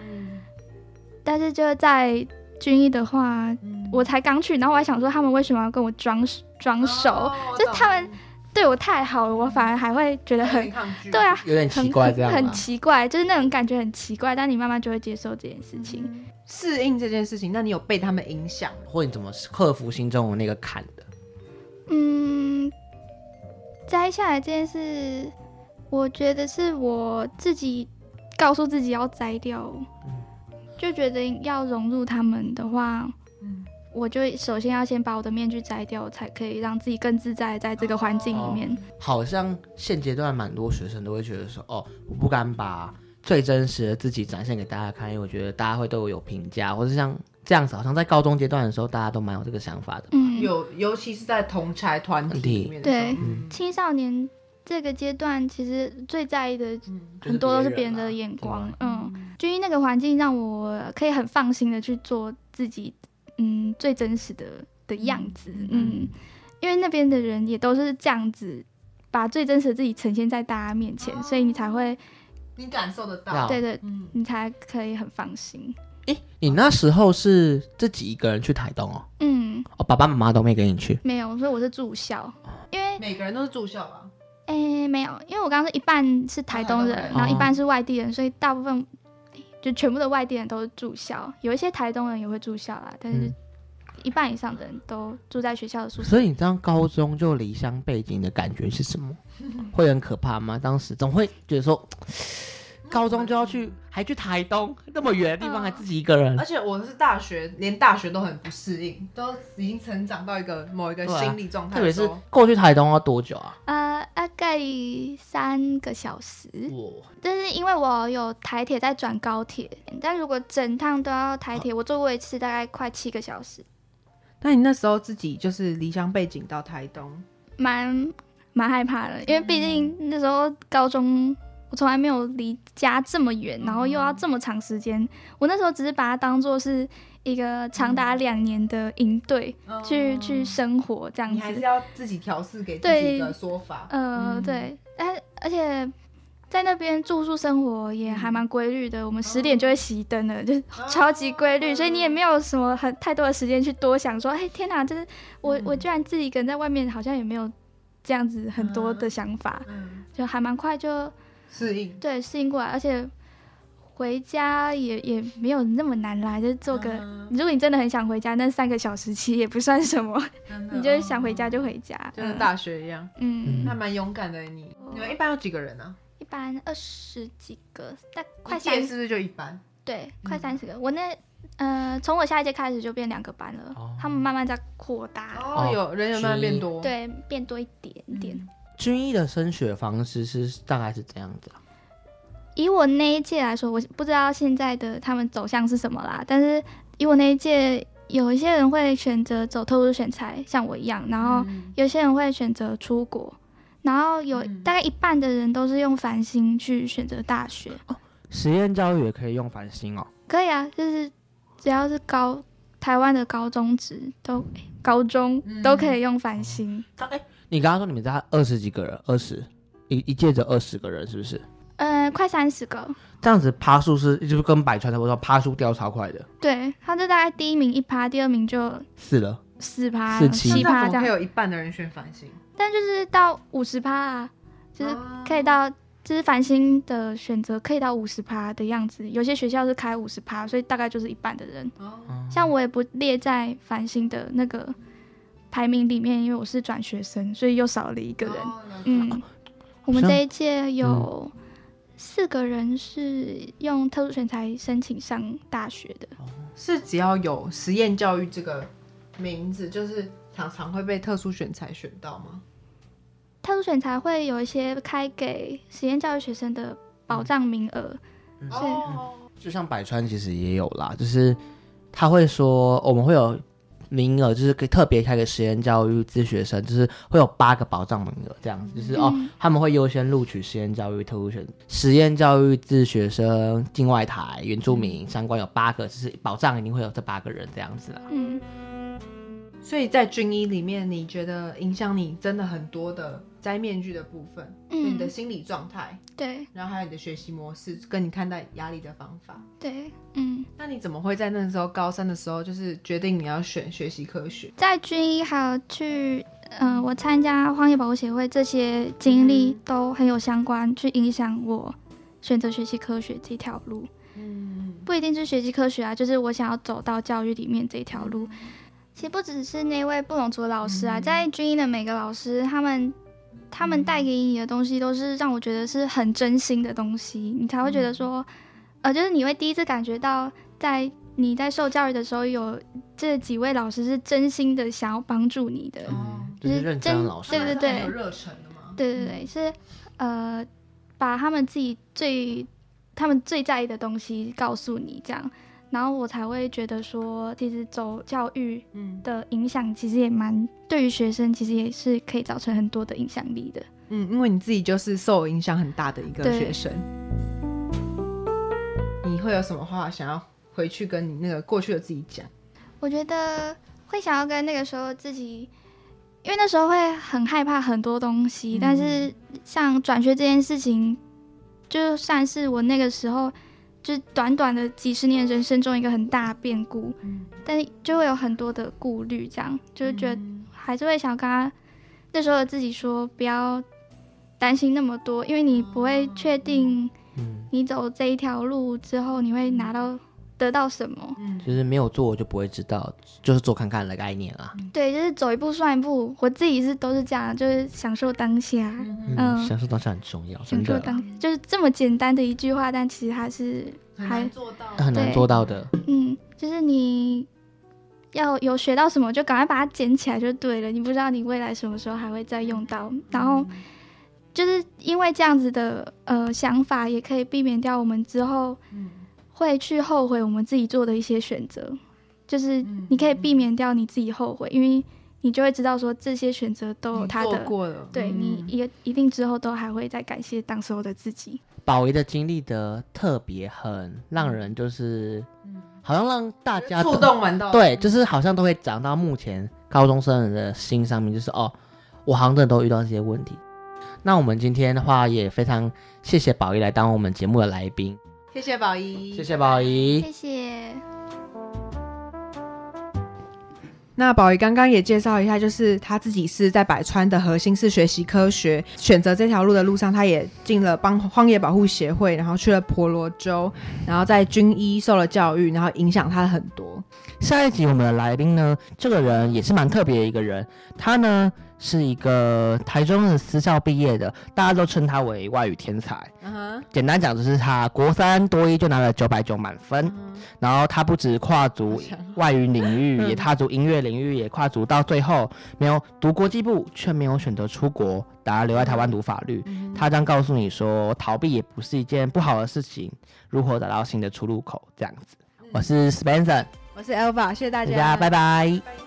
[SPEAKER 3] 但是就在军医的话，
[SPEAKER 1] 嗯
[SPEAKER 3] 我才刚去，然后我还想说他们为什么要跟我装装熟，
[SPEAKER 2] 哦
[SPEAKER 1] 哦
[SPEAKER 3] 就是他们对我太好了，我反而还会觉得很
[SPEAKER 1] 抗拒
[SPEAKER 3] 对啊，
[SPEAKER 2] 有点
[SPEAKER 3] 很
[SPEAKER 2] 奇怪这样吗
[SPEAKER 3] 很奇怪，就是那种感觉很奇怪，但你慢慢就会接受这件事情。
[SPEAKER 1] 适应这件事情，那你有被他们影响吗？
[SPEAKER 2] 或你怎么克服心中的那个坎的？
[SPEAKER 3] 嗯，摘下来这件事，我觉得是我自己告诉自己要摘掉，就觉得要融入他们的话，
[SPEAKER 1] 嗯
[SPEAKER 3] 我就首先要先把我的面具摘掉，才可以让自己更自在在这个环境里面。
[SPEAKER 2] 好像现阶段蛮多学生都会觉得说，哦，我不敢把最真实的自己展现给大家看，因为我觉得大家会对我有评价，或是像这样子，好像在高中阶段的时候，大家都蛮有这个想法的。
[SPEAKER 3] 嗯，
[SPEAKER 1] 有，尤其是在同柴团体里面的时候，
[SPEAKER 3] 对
[SPEAKER 1] 嗯
[SPEAKER 3] 青少年这个阶段，其实最在意的
[SPEAKER 1] 嗯
[SPEAKER 3] 很多都是别人
[SPEAKER 2] 就是
[SPEAKER 3] 的
[SPEAKER 2] 别
[SPEAKER 3] 眼光
[SPEAKER 2] 对。
[SPEAKER 3] 嗯，军医那个环境让我可以很放心的去做自己，嗯，最真实的的样子。嗯，因为那边的人也都是这样子，把最真实的自己呈现在大家面前，所以你才会，
[SPEAKER 1] 你感受得
[SPEAKER 2] 那
[SPEAKER 1] 到，
[SPEAKER 3] 对对，
[SPEAKER 1] 嗯，
[SPEAKER 3] 你才可以很放心。
[SPEAKER 2] 诶，你那时候是自己一个人去台东哦，
[SPEAKER 3] 嗯，
[SPEAKER 2] 哦，爸爸妈妈都没跟你去，
[SPEAKER 3] 没有，所以我是住校，因为
[SPEAKER 1] 每个人都是住校啊吧？
[SPEAKER 3] 诶、没有，因为我刚刚说一半是台东人，
[SPEAKER 1] 啊台东人
[SPEAKER 3] 然后一半是外地人，所以大部分就全部的外地人都是住校，有一些台东人也会住校啦，但是
[SPEAKER 2] 嗯
[SPEAKER 3] 一半以上的人都住在学校的宿舍。
[SPEAKER 2] 所以你这样高中就离乡背景的感觉是什么？会很可怕吗？当时总会觉得说，高中就要去，还去台东那么远的地方，
[SPEAKER 3] 嗯
[SPEAKER 2] 还自己一个人
[SPEAKER 1] 而，且我是大学，连大学都很不适应，都已经成长到一个某一个
[SPEAKER 2] 对啊
[SPEAKER 1] 心理状态
[SPEAKER 2] 特
[SPEAKER 1] 的
[SPEAKER 2] 别
[SPEAKER 1] 时
[SPEAKER 2] 是
[SPEAKER 1] 候，
[SPEAKER 2] 过去台东要多久啊？
[SPEAKER 3] 呃，大概三个小时，
[SPEAKER 2] 我
[SPEAKER 3] 但是因为我有台铁在转高铁，嗯但如果整趟都要台铁，我坐过一次大概快七个小时，
[SPEAKER 1] 那你那时候自己就是离乡背景到台东，
[SPEAKER 3] 蛮蛮害怕的，因为毕竟那时候高中，我从来没有离家这么远，然后又要这么长时间。我那时候只是把它当做是一个长达两年的营队，
[SPEAKER 1] 嗯
[SPEAKER 3] 去
[SPEAKER 1] 哦
[SPEAKER 3] 去生活这样
[SPEAKER 1] 你还是
[SPEAKER 3] 子。
[SPEAKER 1] 要自己调试给自己一个
[SPEAKER 3] 对
[SPEAKER 1] 说法。
[SPEAKER 3] 呃，
[SPEAKER 1] 嗯
[SPEAKER 3] 对，但而且。在那边住宿生活也还蛮规律的，我们十点就会熄灯了，就是
[SPEAKER 1] 哦
[SPEAKER 3] 超级规律，所以你也没有
[SPEAKER 1] 嗯
[SPEAKER 3] 什么很太多的时间去多想说，哎，天哪，就是我、
[SPEAKER 1] 嗯
[SPEAKER 3] 我居然自己一个人在外面，好像也没有这样子很多的想法。
[SPEAKER 1] 嗯，
[SPEAKER 3] 就还蛮快就
[SPEAKER 1] 适应。
[SPEAKER 3] 对适应过来，而且回家也也没有那么难啦，就做个。
[SPEAKER 1] 嗯
[SPEAKER 3] 如果你真的很想回家，那三个小时其实也不算什么，
[SPEAKER 1] 真的
[SPEAKER 3] 你就是想回家就回家。
[SPEAKER 1] 就跟
[SPEAKER 3] 嗯
[SPEAKER 1] 大学一样，
[SPEAKER 3] 嗯，哦
[SPEAKER 2] 嗯
[SPEAKER 1] 还蛮勇敢的你。你们一般有几个人啊？
[SPEAKER 3] 一般二十几个，但快
[SPEAKER 1] 一届
[SPEAKER 3] 三
[SPEAKER 1] 是不是就一般？
[SPEAKER 3] 对，快三十个。我那呃，从我下一届开始就变两个班了，
[SPEAKER 2] 哦
[SPEAKER 3] 他们慢慢在扩大，
[SPEAKER 1] 哦，有人有慢慢变多。，
[SPEAKER 3] 对，变啊多一点点。
[SPEAKER 2] 军医的升学方式是大概是这样子啊、
[SPEAKER 3] 以我那一届来说，我不知道现在的他们走向是什么啦，但是以我那一届，有一些人会选择走特殊选材，像我一样，然
[SPEAKER 1] 嗯
[SPEAKER 3] 后有些人会选择出国，然后有
[SPEAKER 1] 嗯
[SPEAKER 3] 大概一半的人都是用繁星去选择大学。
[SPEAKER 2] 实验教育也可以用繁星哦，
[SPEAKER 3] 可以啊，就是只要是高台湾的高中职都高中
[SPEAKER 1] 嗯
[SPEAKER 3] 都可以用繁星。
[SPEAKER 2] 你刚刚说你们家二十几个人，二十一一届只有二十个人，是不是？
[SPEAKER 3] 呃，快三十个，
[SPEAKER 2] 这样子趴数是就是跟百川差不多，趴数掉超快的，
[SPEAKER 3] 对，他就大概第一名一趴，第二名就
[SPEAKER 2] 死了。
[SPEAKER 3] 四趴、
[SPEAKER 2] 四七
[SPEAKER 1] 那这样
[SPEAKER 3] 趴
[SPEAKER 1] 怎
[SPEAKER 3] 这
[SPEAKER 1] 么会
[SPEAKER 3] 样，
[SPEAKER 1] 有一半的人选繁星？
[SPEAKER 3] 但就是到五十趴啊，就是
[SPEAKER 1] 啊
[SPEAKER 3] 可以到，就是繁星的选择可以到五十趴的样子。有些学校是开五十趴，所以大概就是一半的人。
[SPEAKER 1] 哦
[SPEAKER 3] 像我也不列在繁星的那个排名里面，因为我是转学生，所以又少了一个人。嗯，我们
[SPEAKER 2] 像
[SPEAKER 3] 这一届有四个人是用特殊选才申请上大学的。
[SPEAKER 1] 是只要有实验教育这个名字，就是常常会被特殊选才选到吗？
[SPEAKER 3] 特殊选才会有一些开给实验教育学生的保障名额，
[SPEAKER 1] 哦，
[SPEAKER 2] 就像百川其实也有啦，就是他会说我们会有名额，就是给特别开给实验教育自学生，就是会有八个保障名额这样子，就是、哦
[SPEAKER 3] 嗯
[SPEAKER 2] 他们会优先录取实验教育特殊选实验教育自学生、境外台、原住民相关有八个，就是保障一定会有这八个人这样子啦。
[SPEAKER 3] 嗯，
[SPEAKER 1] 所以在军医里面，你觉得影响你真的很多的摘面具的部分，
[SPEAKER 3] 嗯
[SPEAKER 1] 你的心理状态，
[SPEAKER 3] 对
[SPEAKER 1] 然后还有你的学习模式，跟你看待压力的方法。
[SPEAKER 3] 对，嗯，
[SPEAKER 1] 那你怎么会在那时候高三的时候，就是决定你要选学习科学？
[SPEAKER 3] 在军医还有去，嗯、我参加荒野保护协会这些经历都很有相关，去影响我选择学习科学这条路。
[SPEAKER 1] 嗯，
[SPEAKER 3] 不一定是学习科学啊，就是我想要走到教育里面这条路。其实不只是那位布隆族的老师啊，在军医的每个老师，他们他们带给你的东西都是让我觉得是很真心的东西，你才会觉得说，呃，就是你会第一次感觉到在。你在受教育的时候，有这几位老师是真心的想要帮助你
[SPEAKER 2] 哦
[SPEAKER 3] 的，
[SPEAKER 1] 嗯
[SPEAKER 2] 就是认真的
[SPEAKER 3] 真
[SPEAKER 2] 老师啊
[SPEAKER 3] 对
[SPEAKER 2] 嘛
[SPEAKER 3] 对对
[SPEAKER 1] 有热忱的吗？
[SPEAKER 3] 对对对，是呃，把他们自己最他们最在意的东西告诉你，这样，然后我才会觉得说，其实走教育
[SPEAKER 1] 嗯
[SPEAKER 3] 的影响其实也蛮对于学生，其实也是可以造成很多的影响力的。
[SPEAKER 1] 嗯，因为你自己就是受影响很大的一个
[SPEAKER 3] 对
[SPEAKER 1] 学生，你会有什么话想要回去跟你那个过去的自己讲？
[SPEAKER 3] 我觉得会想要跟那个时候自己，因为那时候会很害怕很多东西，
[SPEAKER 1] 嗯
[SPEAKER 3] 但是像转学这件事情，就算是我那个时候就短短的几十年人生中一个很大的变故，
[SPEAKER 1] 嗯
[SPEAKER 3] 但是就会有很多的顾虑，这样就是觉得
[SPEAKER 1] 嗯
[SPEAKER 3] 还是会想跟他那时候的自己说，不要担心那么多，因为你不会
[SPEAKER 1] 哦
[SPEAKER 3] 确定
[SPEAKER 2] 嗯，
[SPEAKER 3] 你走这一条路之后你会拿到得到什么。
[SPEAKER 1] 嗯
[SPEAKER 2] 就是没有做我就不会知道，就是做看看的概念啦。
[SPEAKER 3] 对，就是走一步算一步。我自己是都是这样，就是享受当下，
[SPEAKER 1] 嗯，
[SPEAKER 2] 嗯，
[SPEAKER 3] 嗯
[SPEAKER 2] 享受当下很重要，真
[SPEAKER 3] 享受
[SPEAKER 2] 的
[SPEAKER 3] 当就是这么简单的一句话，但其实它是
[SPEAKER 1] 很
[SPEAKER 3] 还
[SPEAKER 1] 难做到。
[SPEAKER 2] 很难
[SPEAKER 3] 对
[SPEAKER 2] 做到的。
[SPEAKER 3] 嗯，就是你要有学到什么，就赶快把它捡起来就对了。你不知道你未来什么时候还会再用到，然
[SPEAKER 1] 嗯
[SPEAKER 3] 后就是因为这样子的呃想法，也可以避免掉我们之后
[SPEAKER 1] 嗯
[SPEAKER 3] 会去后悔我们自己做的一些选择，就是
[SPEAKER 1] 嗯
[SPEAKER 3] 你可以避免掉你自己后悔，因为你就会知道说这些选择都有
[SPEAKER 1] 你
[SPEAKER 3] 它
[SPEAKER 1] 做
[SPEAKER 3] 的，
[SPEAKER 1] 过了，
[SPEAKER 3] 对你
[SPEAKER 1] 嗯
[SPEAKER 3] 也一定之后都还会再感谢当时候的自己。
[SPEAKER 2] 宝仪的经历的特别很让人就是，好像让大家
[SPEAKER 1] 嗯触
[SPEAKER 2] 都
[SPEAKER 1] 动完到
[SPEAKER 2] 对，就是好像都会长到目前高中生的心上面，就是哦，我好像真的都遇到这些问题。那我们今天的话也非常谢谢宝仪来当我们节目的来宾，
[SPEAKER 1] 谢谢宝仪，
[SPEAKER 2] 谢谢宝仪。
[SPEAKER 3] 谢谢。
[SPEAKER 1] 那宝仪刚刚也介绍一下，就是他自己是在百川的核心是学习科学，选择这条路的路上，他也进了帮荒野保护协会，然后去了婆罗洲，然后在军医受了教育，然后影响他很多。
[SPEAKER 2] 下一集我们的来宾呢，
[SPEAKER 4] 这个人也是蛮特别的一个人，他呢是一个台中的私校毕业的，大家都称他为外语天才。
[SPEAKER 1] 嗯哼，
[SPEAKER 4] 简单讲就是他国三多一就拿了九百九满
[SPEAKER 1] 嗯
[SPEAKER 4] 分，然后他不止跨足外语领域，也踏足音乐领域，也跨足到最后没有读国际部，却没有选择出国，反而留在台湾读法律。
[SPEAKER 1] 嗯
[SPEAKER 4] 他将告诉你说，逃避也不是一件不好的事情，如何找到新的出路口，这样子。我是 Spencer，
[SPEAKER 1] 我是 Elva，谢谢大
[SPEAKER 4] 大家拜拜。
[SPEAKER 1] 拜